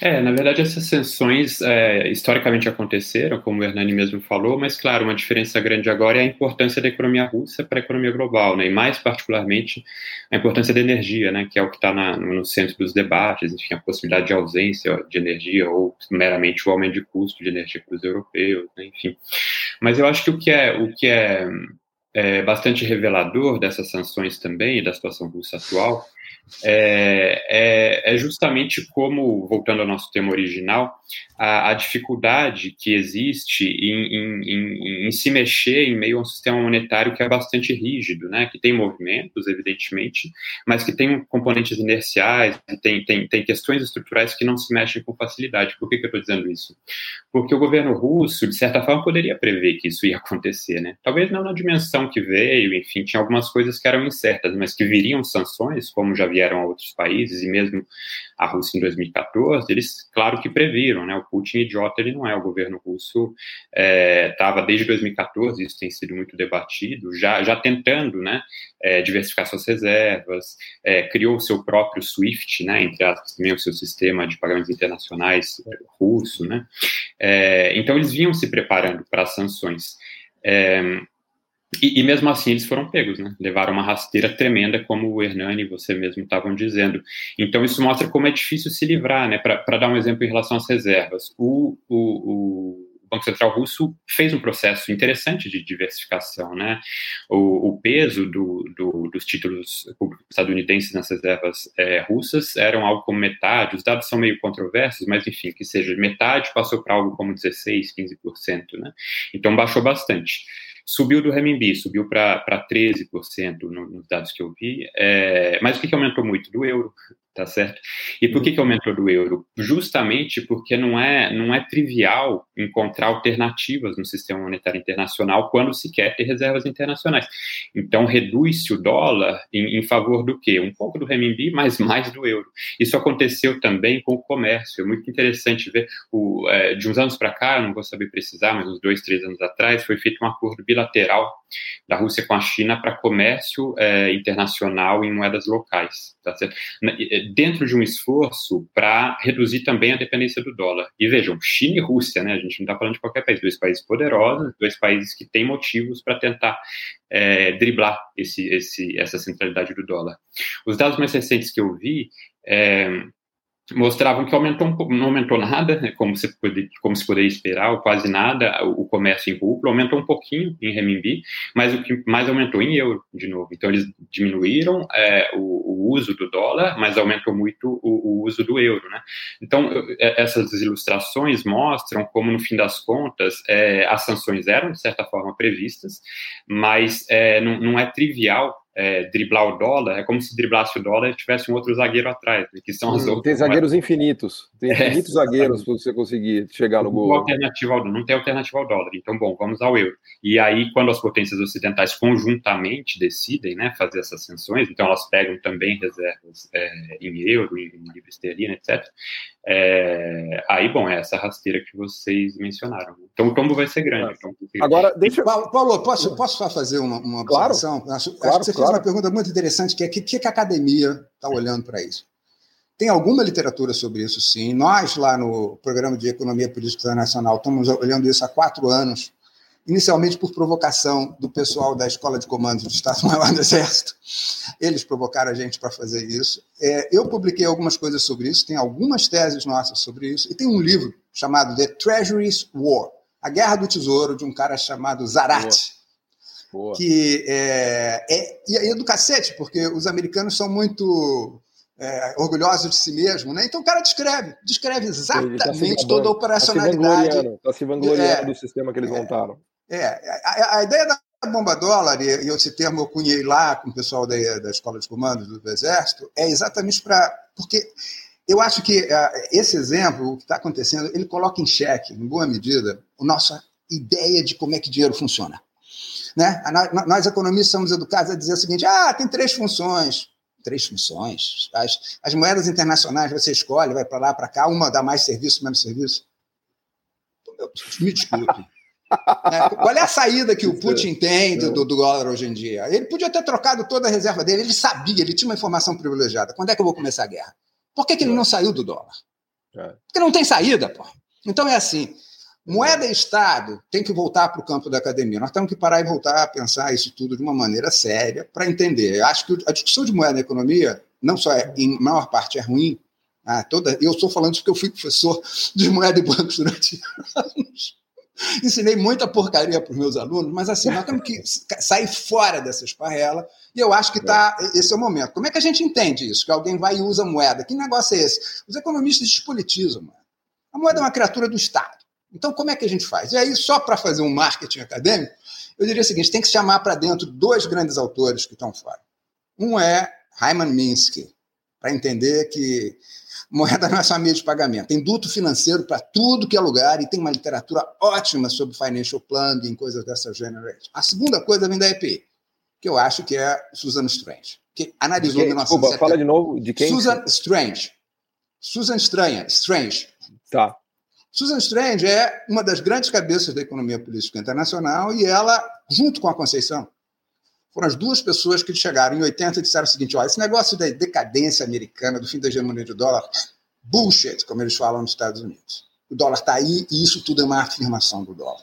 [SPEAKER 3] É, na verdade essas sanções é, historicamente aconteceram, como o Hernani mesmo falou, mas claro, uma diferença grande agora é a importância da economia russa para a economia global, né, e mais particularmente a importância da energia, né, que é o que está no centro dos debates, enfim, a possibilidade de ausência de energia ou meramente o aumento de custo de energia para os europeus, né, enfim. Mas eu acho que o que é, o que é, é bastante revelador dessas sanções também e da situação russa atual é, é, é, justamente como, voltando ao nosso tema original, a, a dificuldade que existe em, em, em, em, se mexer em meio a um sistema monetário que é bastante rígido, né? que tem movimentos, evidentemente, mas que tem componentes inerciais, tem, tem, tem questões estruturais que não se mexem com facilidade. Por que, que eu estou dizendo isso? Porque o governo russo, de certa forma, poderia prever que isso ia acontecer. Né? Talvez não na dimensão que veio, enfim, tinha algumas coisas que eram incertas, mas que viriam sanções, como já vieram a outros países, e mesmo a Rússia em 2014, eles, claro que previram, né? O Putin idiota ele não é. O governo russo estava é, desde 2014, isso tem sido muito debatido, já, já tentando, né? É, diversificar suas reservas, é, criou o seu próprio SWIFT, né? Entre aspas, também o seu sistema de pagamentos internacionais russo, né? então eles vinham se preparando para as sanções. É, E, e, mesmo assim eles foram pegos, né? Levaram uma rasteira tremenda, como o Hernani e você mesmo estavam dizendo. Então isso mostra como é difícil se livrar, né? Para dar um exemplo em relação às reservas, o, o, o... O Banco Central Russo fez um processo interessante de diversificação, né? O, o peso do, do, dos títulos estadunidenses nas reservas é, russas eram algo como metade, os dados são meio controversos, mas enfim, que seja metade passou para algo como 16, 15%, né? Então baixou bastante. Subiu do renminbi, subiu para 13% no, nos dados que eu vi, é, mas o que, que aumentou muito? Do euro, tá certo? E por que, que aumentou do euro? Justamente porque não é, não é trivial encontrar alternativas no sistema monetário internacional quando se quer ter reservas internacionais. Então, reduz-se o dólar em, em, favor do quê? Um pouco do renminbi, mas mais do euro. Isso aconteceu também com o comércio. É muito interessante ver, o, é, de uns anos para cá, não vou saber precisar, mas uns dois, três anos atrás, foi feito um acordo bilateral da Rússia com a China para comércio é, internacional em moedas locais, tá certo? dentro de um esforço para reduzir também a dependência do dólar. E vejam, China e Rússia, né? A gente não está falando de qualquer país, dois países poderosos, dois países que têm motivos para tentar é, driblar esse, esse, essa centralidade do dólar. Os dados mais recentes que eu vi é, mostravam que aumentou um, não aumentou nada, né, como, se poder, como se poderia esperar, ou quase nada, o, o comércio em rublo aumentou um pouquinho em renminbi, mas o que mais aumentou em euro, de novo. Então, eles diminuíram é, o, o, uso do dólar, mas aumentou muito o, o uso do euro. Né? Então, eu, essas ilustrações mostram como, no fim das contas, é, as sanções eram, de certa forma, previstas, mas é, não, não é trivial é, driblar o dólar, é como se driblasse o dólar e tivesse um outro zagueiro atrás, né, que são as
[SPEAKER 2] outras. Tem zagueiros infinitos, tem infinitos é, zagueiros para você conseguir chegar no
[SPEAKER 3] não
[SPEAKER 2] gol. né?
[SPEAKER 3] Alternativa ao, não tem alternativa ao dólar, então, bom, vamos ao euro. E aí, quando as potências ocidentais conjuntamente decidem né, fazer essas sanções, então elas pegam também reservas é, em euro, em, em libra esterlina, etc. aí, bom, é essa rasteira que vocês mencionaram. Então, o tombo vai ser grande. Então, Tombo vai ser grande.
[SPEAKER 1] Agora, deixa eu... Paulo, Paulo, posso, posso só fazer uma, uma observação? Claro, acho, claro, acho que você claro. fez uma pergunta muito interessante, que é o que, que, a academia está olhando para isso? Tem alguma literatura sobre isso, sim. Nós, lá no Programa de Economia Política Internacional, estamos olhando isso há quatro anos, inicialmente por provocação do pessoal da Escola de Comandos do Estado-Maior do Exército. Eles provocaram a gente para fazer isso. É, eu publiquei algumas coisas sobre isso, tem algumas teses nossas sobre isso, e tem um livro chamado The Treasury's War, A Guerra do Tesouro, de um cara chamado Zarat. Boa. Boa.
[SPEAKER 2] Tá
[SPEAKER 1] que é, é, e aí é do cacete, porque os americanos são muito é, orgulhosos de si mesmo, né? Então o cara descreve, descreve exatamente tá toda a operacionalidade.
[SPEAKER 2] Está se vangloriando, tá é, do sistema que eles montaram.
[SPEAKER 1] É, a, a, ideia da bomba dólar, e, eu esse termo eu cunhei lá com o pessoal da, da Escola de Comandos do, do Exército, é exatamente para... porque eu acho que uh, esse exemplo, o que está acontecendo, ele coloca em xeque, em boa medida, a nossa ideia de como é que dinheiro funciona. Né? Nós, economistas, somos educados a dizer o seguinte: ah, tem três funções. Três funções. As, as moedas internacionais você escolhe, vai para lá, para cá, uma dá mais serviço, menos serviço. Me desculpe. Qual é a saída que o Putin tem do, do, dólar hoje em dia? Ele podia ter trocado toda a reserva dele, ele sabia, ele tinha uma informação privilegiada. Quando é que eu vou começar a guerra? Por que, que ele não saiu do dólar? Porque não tem saída, pô. Então é assim: moeda e Estado tem que voltar para o campo da academia. Nós temos que parar e voltar a pensar isso tudo de uma maneira séria para entender. Eu acho que a discussão de moeda e economia, não só é, em maior parte, é ruim. Ah, toda, eu estou falando isso porque eu fui professor de moeda e bancos durante anos ensinei muita porcaria para os meus alunos, mas assim, nós temos que sair fora dessa esparrela, e eu acho que tá, esse é o momento. Como é que a gente entende isso? Que alguém vai e usa moeda? Que negócio é esse? Os economistas despolitizam, mano. A moeda é uma criatura do Estado. Então, como é que a gente faz? E aí, só para fazer um marketing acadêmico, eu diria o seguinte: tem que chamar para dentro dois grandes autores que estão fora. Um é Hyman Minsky, para entender que moeda não é só meio de pagamento. Tem duto financeiro para tudo que é lugar e tem uma literatura ótima sobre financial planning, coisas dessa gênero. A segunda coisa vem da EPI, que eu acho que é Susan Strange, que analisou...
[SPEAKER 2] De quem? Desculpa, fala de novo, de quem?
[SPEAKER 1] Susan Strange. Susan Strange. Strange.
[SPEAKER 2] Tá.
[SPEAKER 1] Susan Strange é uma das grandes cabeças da economia política internacional e ela, junto com a Conceição, foram as duas pessoas que chegaram em 80 e disseram o seguinte: olha, esse negócio da decadência americana, do fim da hegemonia do dólar, bullshit, como eles falam nos Estados Unidos. O dólar está aí e isso tudo é uma afirmação do dólar.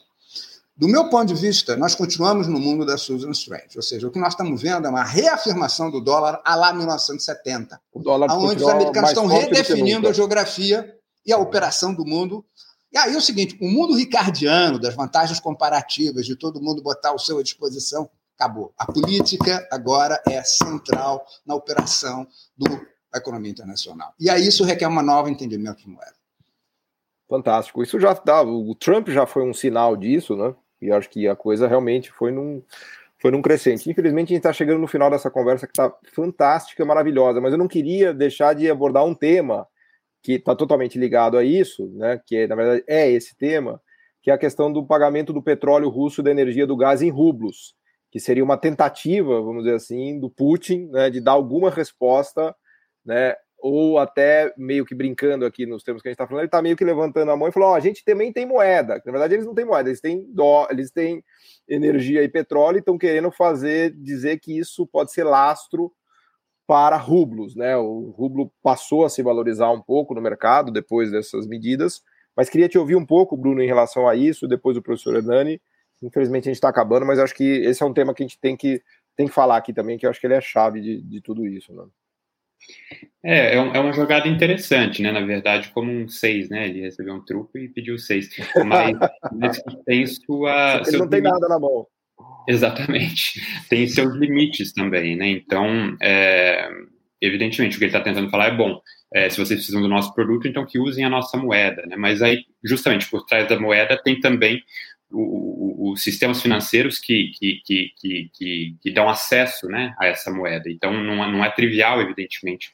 [SPEAKER 1] Do meu ponto de vista, nós continuamos no mundo da Susan Strange, ou seja, o que nós estamos vendo é uma reafirmação do dólar a lá 1970,
[SPEAKER 2] o dólar
[SPEAKER 1] onde os americanos estão redefinindo a geografia e a operação do mundo e aí é o seguinte, o mundo ricardiano das vantagens comparativas, de todo mundo botar o seu à disposição, acabou. A política agora é central na operação do, da economia internacional. E aí isso requer um novo entendimento de moeda.
[SPEAKER 2] Fantástico. Isso já dá. O Trump já foi um sinal disso, né? E acho que a coisa realmente foi num, foi num crescente. Infelizmente, a gente está chegando no final dessa conversa que está fantástica, maravilhosa, mas eu não queria deixar de abordar um tema que está totalmente ligado a isso, né? Que na verdade é esse tema, que é a questão do pagamento do petróleo russo, da energia, do gás em rublos que seria uma tentativa, vamos dizer assim, do Putin né, de dar alguma resposta, né, ou até meio que brincando aqui nos termos que a gente está falando, ele está meio que levantando a mão e falou: oh, a gente também tem moeda. Na verdade, eles não têm moeda, eles têm dó, eles têm energia e petróleo e estão querendo fazer dizer que isso pode ser lastro para rublos. Né? O rublo passou a se valorizar um pouco no mercado depois dessas medidas. Mas queria te ouvir um pouco, Bruno, em relação a isso, depois o professor Hernani infelizmente a gente está acabando, mas acho que esse é um tema que a gente tem que, tem que falar aqui também, que eu acho que ele é a chave de, de tudo isso. Né?
[SPEAKER 3] É, é, um, é, uma jogada interessante, né? Na verdade, como um 6, né? Ele recebeu um truco e pediu 6. Mas, mas tem sua.
[SPEAKER 2] Ele não tem limite. nada na mão.
[SPEAKER 3] Exatamente. Tem seus limites também, né? Então, é, evidentemente, o que ele está tentando falar é bom. É, se vocês precisam do nosso produto, então que usem a nossa moeda, né? Mas aí, justamente por trás da moeda, tem também os sistemas financeiros que, que, que, que, que dão acesso né, a essa moeda. Então, não, é, não é trivial, evidentemente,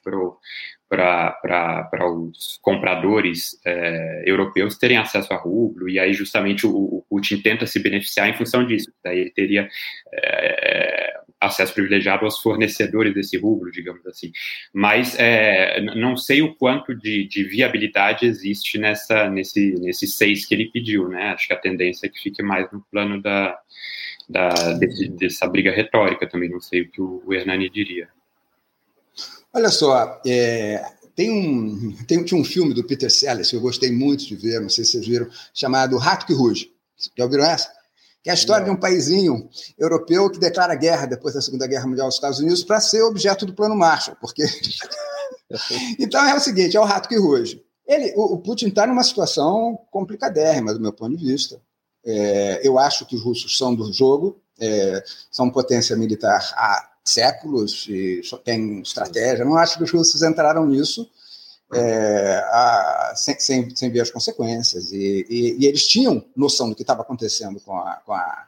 [SPEAKER 3] para os compradores é, europeus terem acesso a rublo, e aí, justamente, o, o Putin tenta se beneficiar em função disso. Daí, ele teria é, acesso privilegiado aos fornecedores desse rublo, digamos assim. Mas é, não sei o quanto de, de, viabilidade existe nessa, nesse, nesse seis que ele pediu, né? Acho que a tendência é que fique mais no plano da, da desse, dessa briga retórica também. Não sei o que o Hernani diria.
[SPEAKER 1] Olha só, é, tem um, tem, tinha um filme do Peter Sellers que eu gostei muito de ver, não sei se vocês viram, chamado Rato que Ruge. Já ouviram essa? que é a história de um paizinho europeu que declara guerra depois da Segunda Guerra Mundial aos Estados Unidos para ser objeto do Plano Marshall, porque então é o seguinte, é o rato que ruge. Ele, o, o Putin está numa situação complicadérrima do meu ponto de vista. É, eu acho que os russos são do jogo, é, são potência militar há séculos e só tem estratégia. Não acho que os russos entraram nisso. É, a, sem, sem, sem, ver as consequências. E, e, e eles tinham noção do que estava acontecendo com, a, com, a,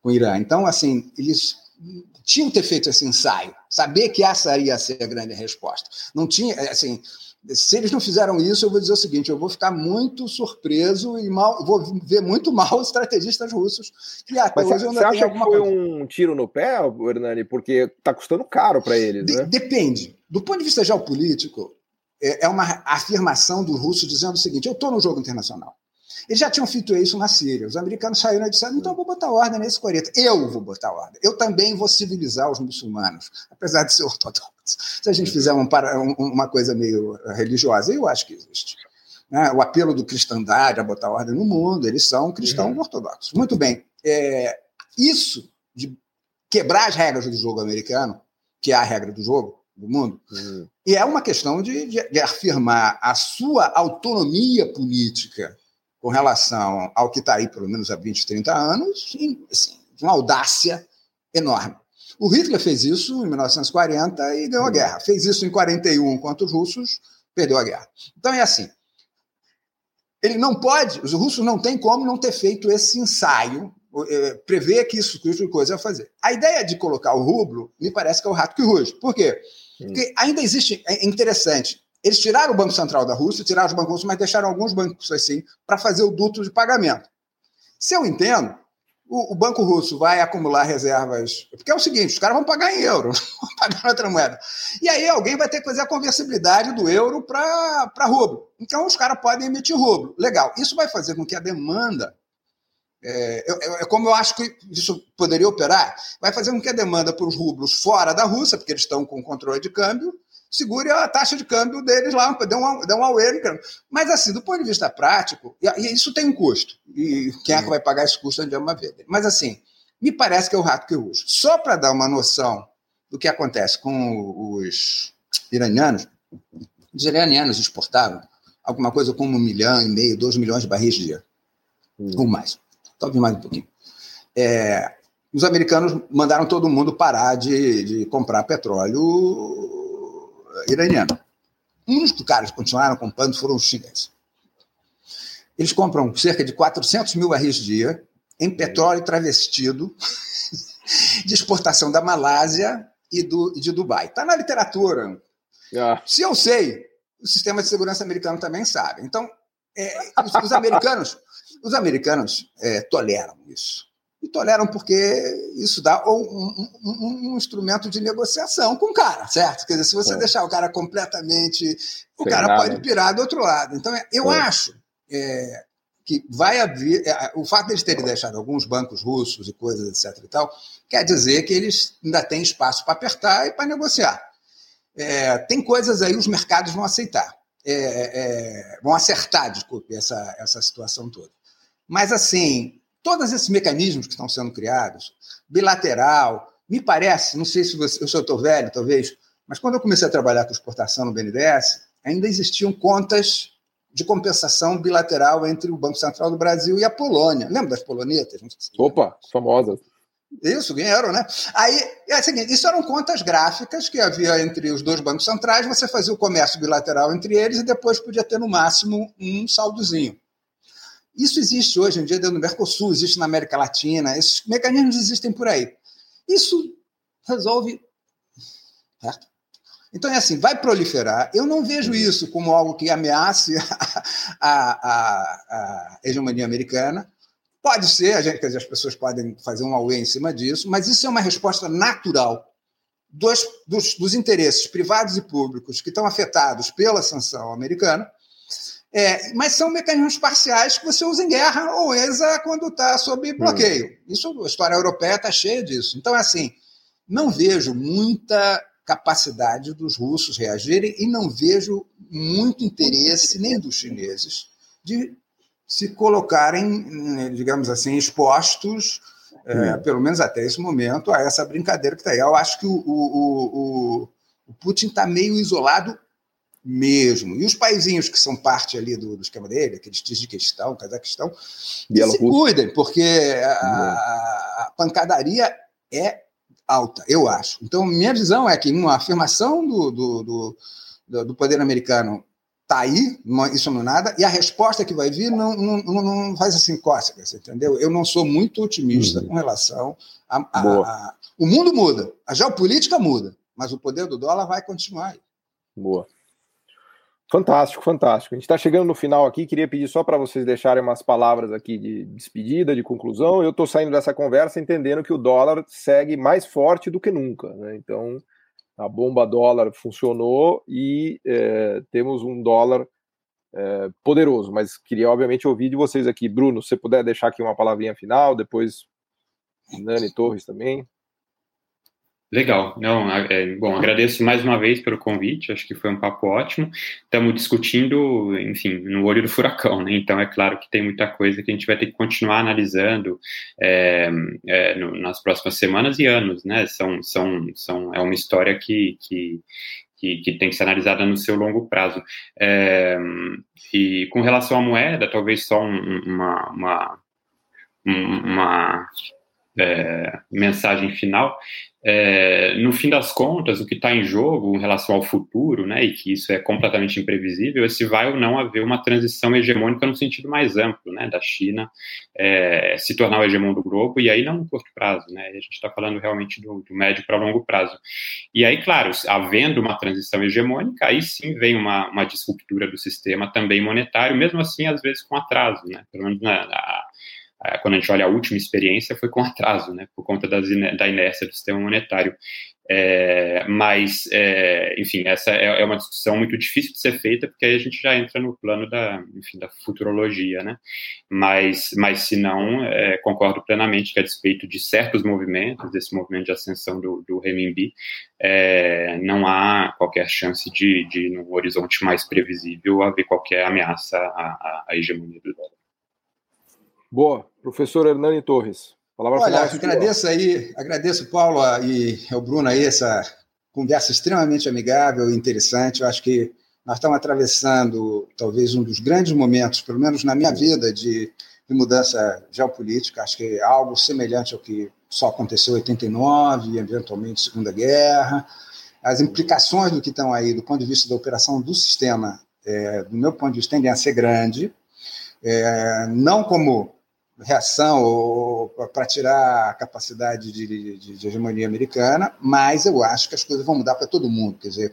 [SPEAKER 1] com o Irã. Então, assim, eles tinham que ter feito esse ensaio, saber que essa ia ser a grande resposta. Não tinha, assim, se eles não fizeram isso, eu vou dizer o seguinte: eu vou ficar muito surpreso e mal, vou ver muito mal os estrategistas russos.
[SPEAKER 2] Que até Mas você acha que foi coisa. um tiro no pé, Hernani? Porque está custando caro para eles, de, né?
[SPEAKER 1] Depende. Do ponto de vista geopolítico, é, é uma afirmação do russo dizendo o seguinte: eu estou no jogo internacional. Eles já tinham feito isso na Síria. Os americanos saíram e disseram: então eu vou botar ordem nesse quareta. Eu vou botar ordem. Eu também vou civilizar os muçulmanos, apesar de ser ortodoxo. Se a gente fizer um, uma coisa meio eh, religiosa, eu acho que existe. né? O apelo do cristandade a botar ordem no mundo, eles são cristãos uhum. ortodoxos. Muito bem. É, isso de quebrar as regras do jogo americano, que é a regra do jogo do mundo,
[SPEAKER 2] Hum.
[SPEAKER 1] uhum. e é uma questão de, de, de afirmar a sua autonomia política com relação ao que está aí pelo menos há 20, 30 anos, assim, uma audácia enorme. O Hitler fez isso em 1940 e ganhou a guerra. Fez isso em 41 contra os russos, perdeu a guerra. Então é assim. Ele não pode, os russos não têm como não ter feito esse ensaio, é, prever que isso custa coisa a fazer. A ideia de colocar o rublo me parece que é o rato que ruge. Por quê? Porque ainda existe, é interessante, eles tiraram o Banco Central da Rússia, tiraram os bancos russos, mas deixaram alguns bancos assim para fazer o duto de pagamento. Se eu entendo, o, o, Banco Russo vai acumular reservas. Porque é o seguinte: os caras vão pagar em euro, vão pagar em outra moeda. E aí alguém vai ter que fazer a conversibilidade do euro para rublo. Então os caras podem emitir rublo. Legal. Isso vai fazer com que a demanda. É, eu, eu, como eu acho que isso poderia operar, vai fazer com que a demanda para os rublos fora da Rússia, porque eles estão com controle de câmbio, segure a taxa de câmbio deles lá, dê um, dê um auê no câmbio. Mas, assim, do ponto de vista prático, e isso tem um custo. E quem é que vai pagar esse custo onde é uma vez? Mas, assim, me parece que é o rato que eu uso. Só para dar uma noção do que acontece com os iranianos, os iranianos exportaram alguma coisa como um milhão e meio, dois milhões de barris dia. Hum. Ou mais. Talvez mais um pouquinho. É, os americanos mandaram todo mundo parar de, de comprar petróleo iraniano. Uns dos caras que continuaram comprando foram os chineses. Eles compram cerca de 400 mil barris dia em petróleo travestido de exportação da Malásia e do, de Dubai. Está na literatura.
[SPEAKER 2] Ah,
[SPEAKER 1] Yeah. Se eu sei, o sistema de segurança americano também sabe. Então, é, os, os, americanos, os americanos é, toleram isso e toleram porque isso dá um, um, um, instrumento de negociação com o cara, certo? Quer dizer, se você é. deixar o cara completamente. O Sem cara nada. pode pirar do outro lado. Então, eu é. acho é, que vai haver. é, o fato de eles terem deixado alguns bancos russos e coisas, etc. e tal, quer dizer que eles ainda têm espaço para apertar e para negociar. É, tem coisas aí os mercados vão aceitar. É, vão acertar, desculpe, essa, essa situação toda. Mas, assim, todos esses mecanismos que estão sendo criados, bilateral, me parece, não sei se você, eu sou tão velho, talvez, mas quando eu comecei a trabalhar com exportação no BNDES, ainda existiam contas de compensação bilateral entre o Banco Central do Brasil e a Polônia. Lembra das polonetas?
[SPEAKER 2] Se Opa, famosas.
[SPEAKER 1] Isso, ganharam, né? Aí, é o seguinte, isso eram contas gráficas que havia entre os dois bancos centrais, você fazia o comércio bilateral entre eles e depois podia ter, no máximo, um saldozinho. Isso existe hoje em dia dentro do Mercosul, existe na América Latina, esses mecanismos existem por aí. Isso resolve. Certo? Então é assim, vai proliferar. Eu não vejo isso como algo que ameace a, a, a hegemonia americana. Pode ser, a gente, quer dizer, as pessoas podem fazer um auê em cima disso, mas isso é uma resposta natural dos, dos, dos interesses privados e públicos que estão afetados pela sanção americana. É, mas são mecanismos parciais que você usa em guerra ou usa quando está sob bloqueio. Hum. Isso, a história europeia está cheia disso. Então, assim, não vejo muita capacidade dos russos reagirem e não vejo muito interesse nem dos chineses de se colocarem, digamos assim, expostos, hum. é, pelo menos até esse momento, a essa brincadeira que está aí. Eu acho que o, o, o, o Putin está meio isolado mesmo. E os paizinhos que são parte ali do, do esquema dele, aqueles Tijiquistão, Cazaquistão, se cuidem, porque a, a, pancadaria é alta, eu acho. Então, minha visão é que uma afirmação do, do, do, do poder americano está aí, isso não é nada, e a resposta que vai vir não, não, não faz assim cócegas, entendeu? Eu não sou muito otimista uhum. com relação a, a, a. O mundo muda, a geopolítica muda, mas o poder do dólar vai continuar aí.
[SPEAKER 2] Boa. Fantástico, fantástico. A gente está chegando no final aqui. Queria pedir só para vocês deixarem umas palavras aqui de despedida, de conclusão. Eu estou saindo dessa conversa entendendo que o dólar segue mais forte do que nunca. Né? Então, a bomba dólar funcionou e é, temos um dólar é, poderoso. Mas queria, obviamente, ouvir de vocês aqui. Bruno, se você puder deixar aqui uma palavrinha final, depois Nani Torres também.
[SPEAKER 3] Legal, não, é, bom, agradeço mais uma vez pelo convite, acho que foi um papo ótimo. Estamos discutindo, enfim, no olho do furacão, né? Então é claro que tem muita coisa que a gente vai ter que continuar analisando é, é, no, nas próximas semanas e anos, né? São, são, são, é uma história que, que, que, que, tem que ser analisada no seu longo prazo. É, e com relação à moeda, talvez só um, uma, uma, um, uma é, mensagem final. É, no fim das contas, o que está em jogo em relação ao futuro, né, e que isso é completamente imprevisível, é se vai ou não haver uma transição hegemônica no sentido mais amplo, né, da China é, se tornar o hegemon do globo, e aí não no curto prazo, né, a gente está falando realmente do, do médio para longo prazo. E aí, claro, havendo uma transição hegemônica, aí sim vem uma, uma disruptura do sistema também monetário, mesmo assim, às vezes com atraso, né, pelo menos na, na É, quando a gente olha a última experiência, foi com atraso, né, por conta das, da inércia do sistema monetário. É, mas, é, enfim, essa é, é, uma discussão muito difícil de ser feita, porque aí a gente já entra no plano da, enfim, da futurologia, né? Mas, mas se não, é, concordo plenamente que a despeito de certos movimentos, desse movimento de ascensão do, do renminbi, é, não há qualquer chance de, de, no horizonte mais previsível, haver qualquer ameaça à, à hegemonia do dólar.
[SPEAKER 2] Boa. Professor Hernani Torres. é
[SPEAKER 1] Palavra Olha, final, agradeço aí, agradeço, Paulo e ao Bruno aí, essa conversa extremamente amigável e interessante. Eu acho que nós estamos atravessando talvez um dos grandes momentos, pelo menos na minha vida, de, de mudança geopolítica. Acho que é algo semelhante ao que só aconteceu em 89 e eventualmente Segunda Guerra. As implicações do que estão aí, do ponto de vista da operação do sistema, é, do meu ponto de vista, tendem a ser grande. É, não como reação ou para tirar a capacidade de, de, de, hegemonia americana, mas eu acho que as coisas vão mudar para todo mundo. Quer dizer,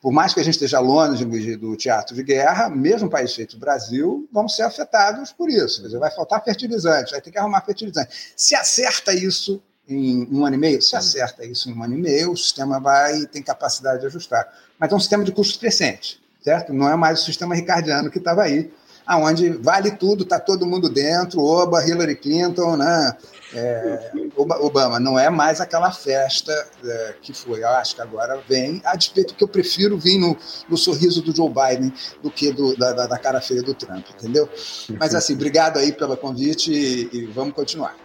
[SPEAKER 1] por mais que a gente esteja longe do teatro de guerra, mesmo um país feito o Brasil, vão ser afetados por isso. Quer dizer, vai faltar fertilizante, vai ter que arrumar fertilizante. Se acerta isso em um ano e meio, se acerta isso em um ano e meio, o sistema vai tem capacidade de ajustar. Mas é um sistema de custos crescente, certo? Não é mais o sistema ricardiano que estava aí aonde vale tudo, está todo mundo dentro, Oba, Hillary Clinton, né? É, Obama, não é mais aquela festa é, que foi, eu acho que agora vem, a despeito que eu prefiro vir no, no sorriso do Joe Biden do que do, da, da, cara feia do Trump, entendeu? Mas assim, obrigado aí pelo convite e, e vamos continuar.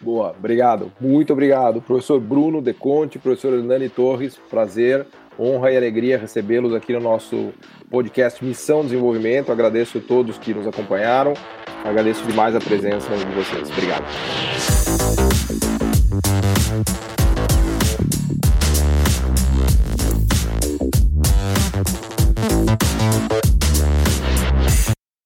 [SPEAKER 2] Boa, obrigado, muito obrigado. Professor Bruno Deconte, professor Hernani Torres, prazer honra e alegria recebê-los aqui no nosso podcast Missão Desenvolvimento. Agradeço a todos que nos acompanharam. Agradeço demais a presença de vocês. Obrigado.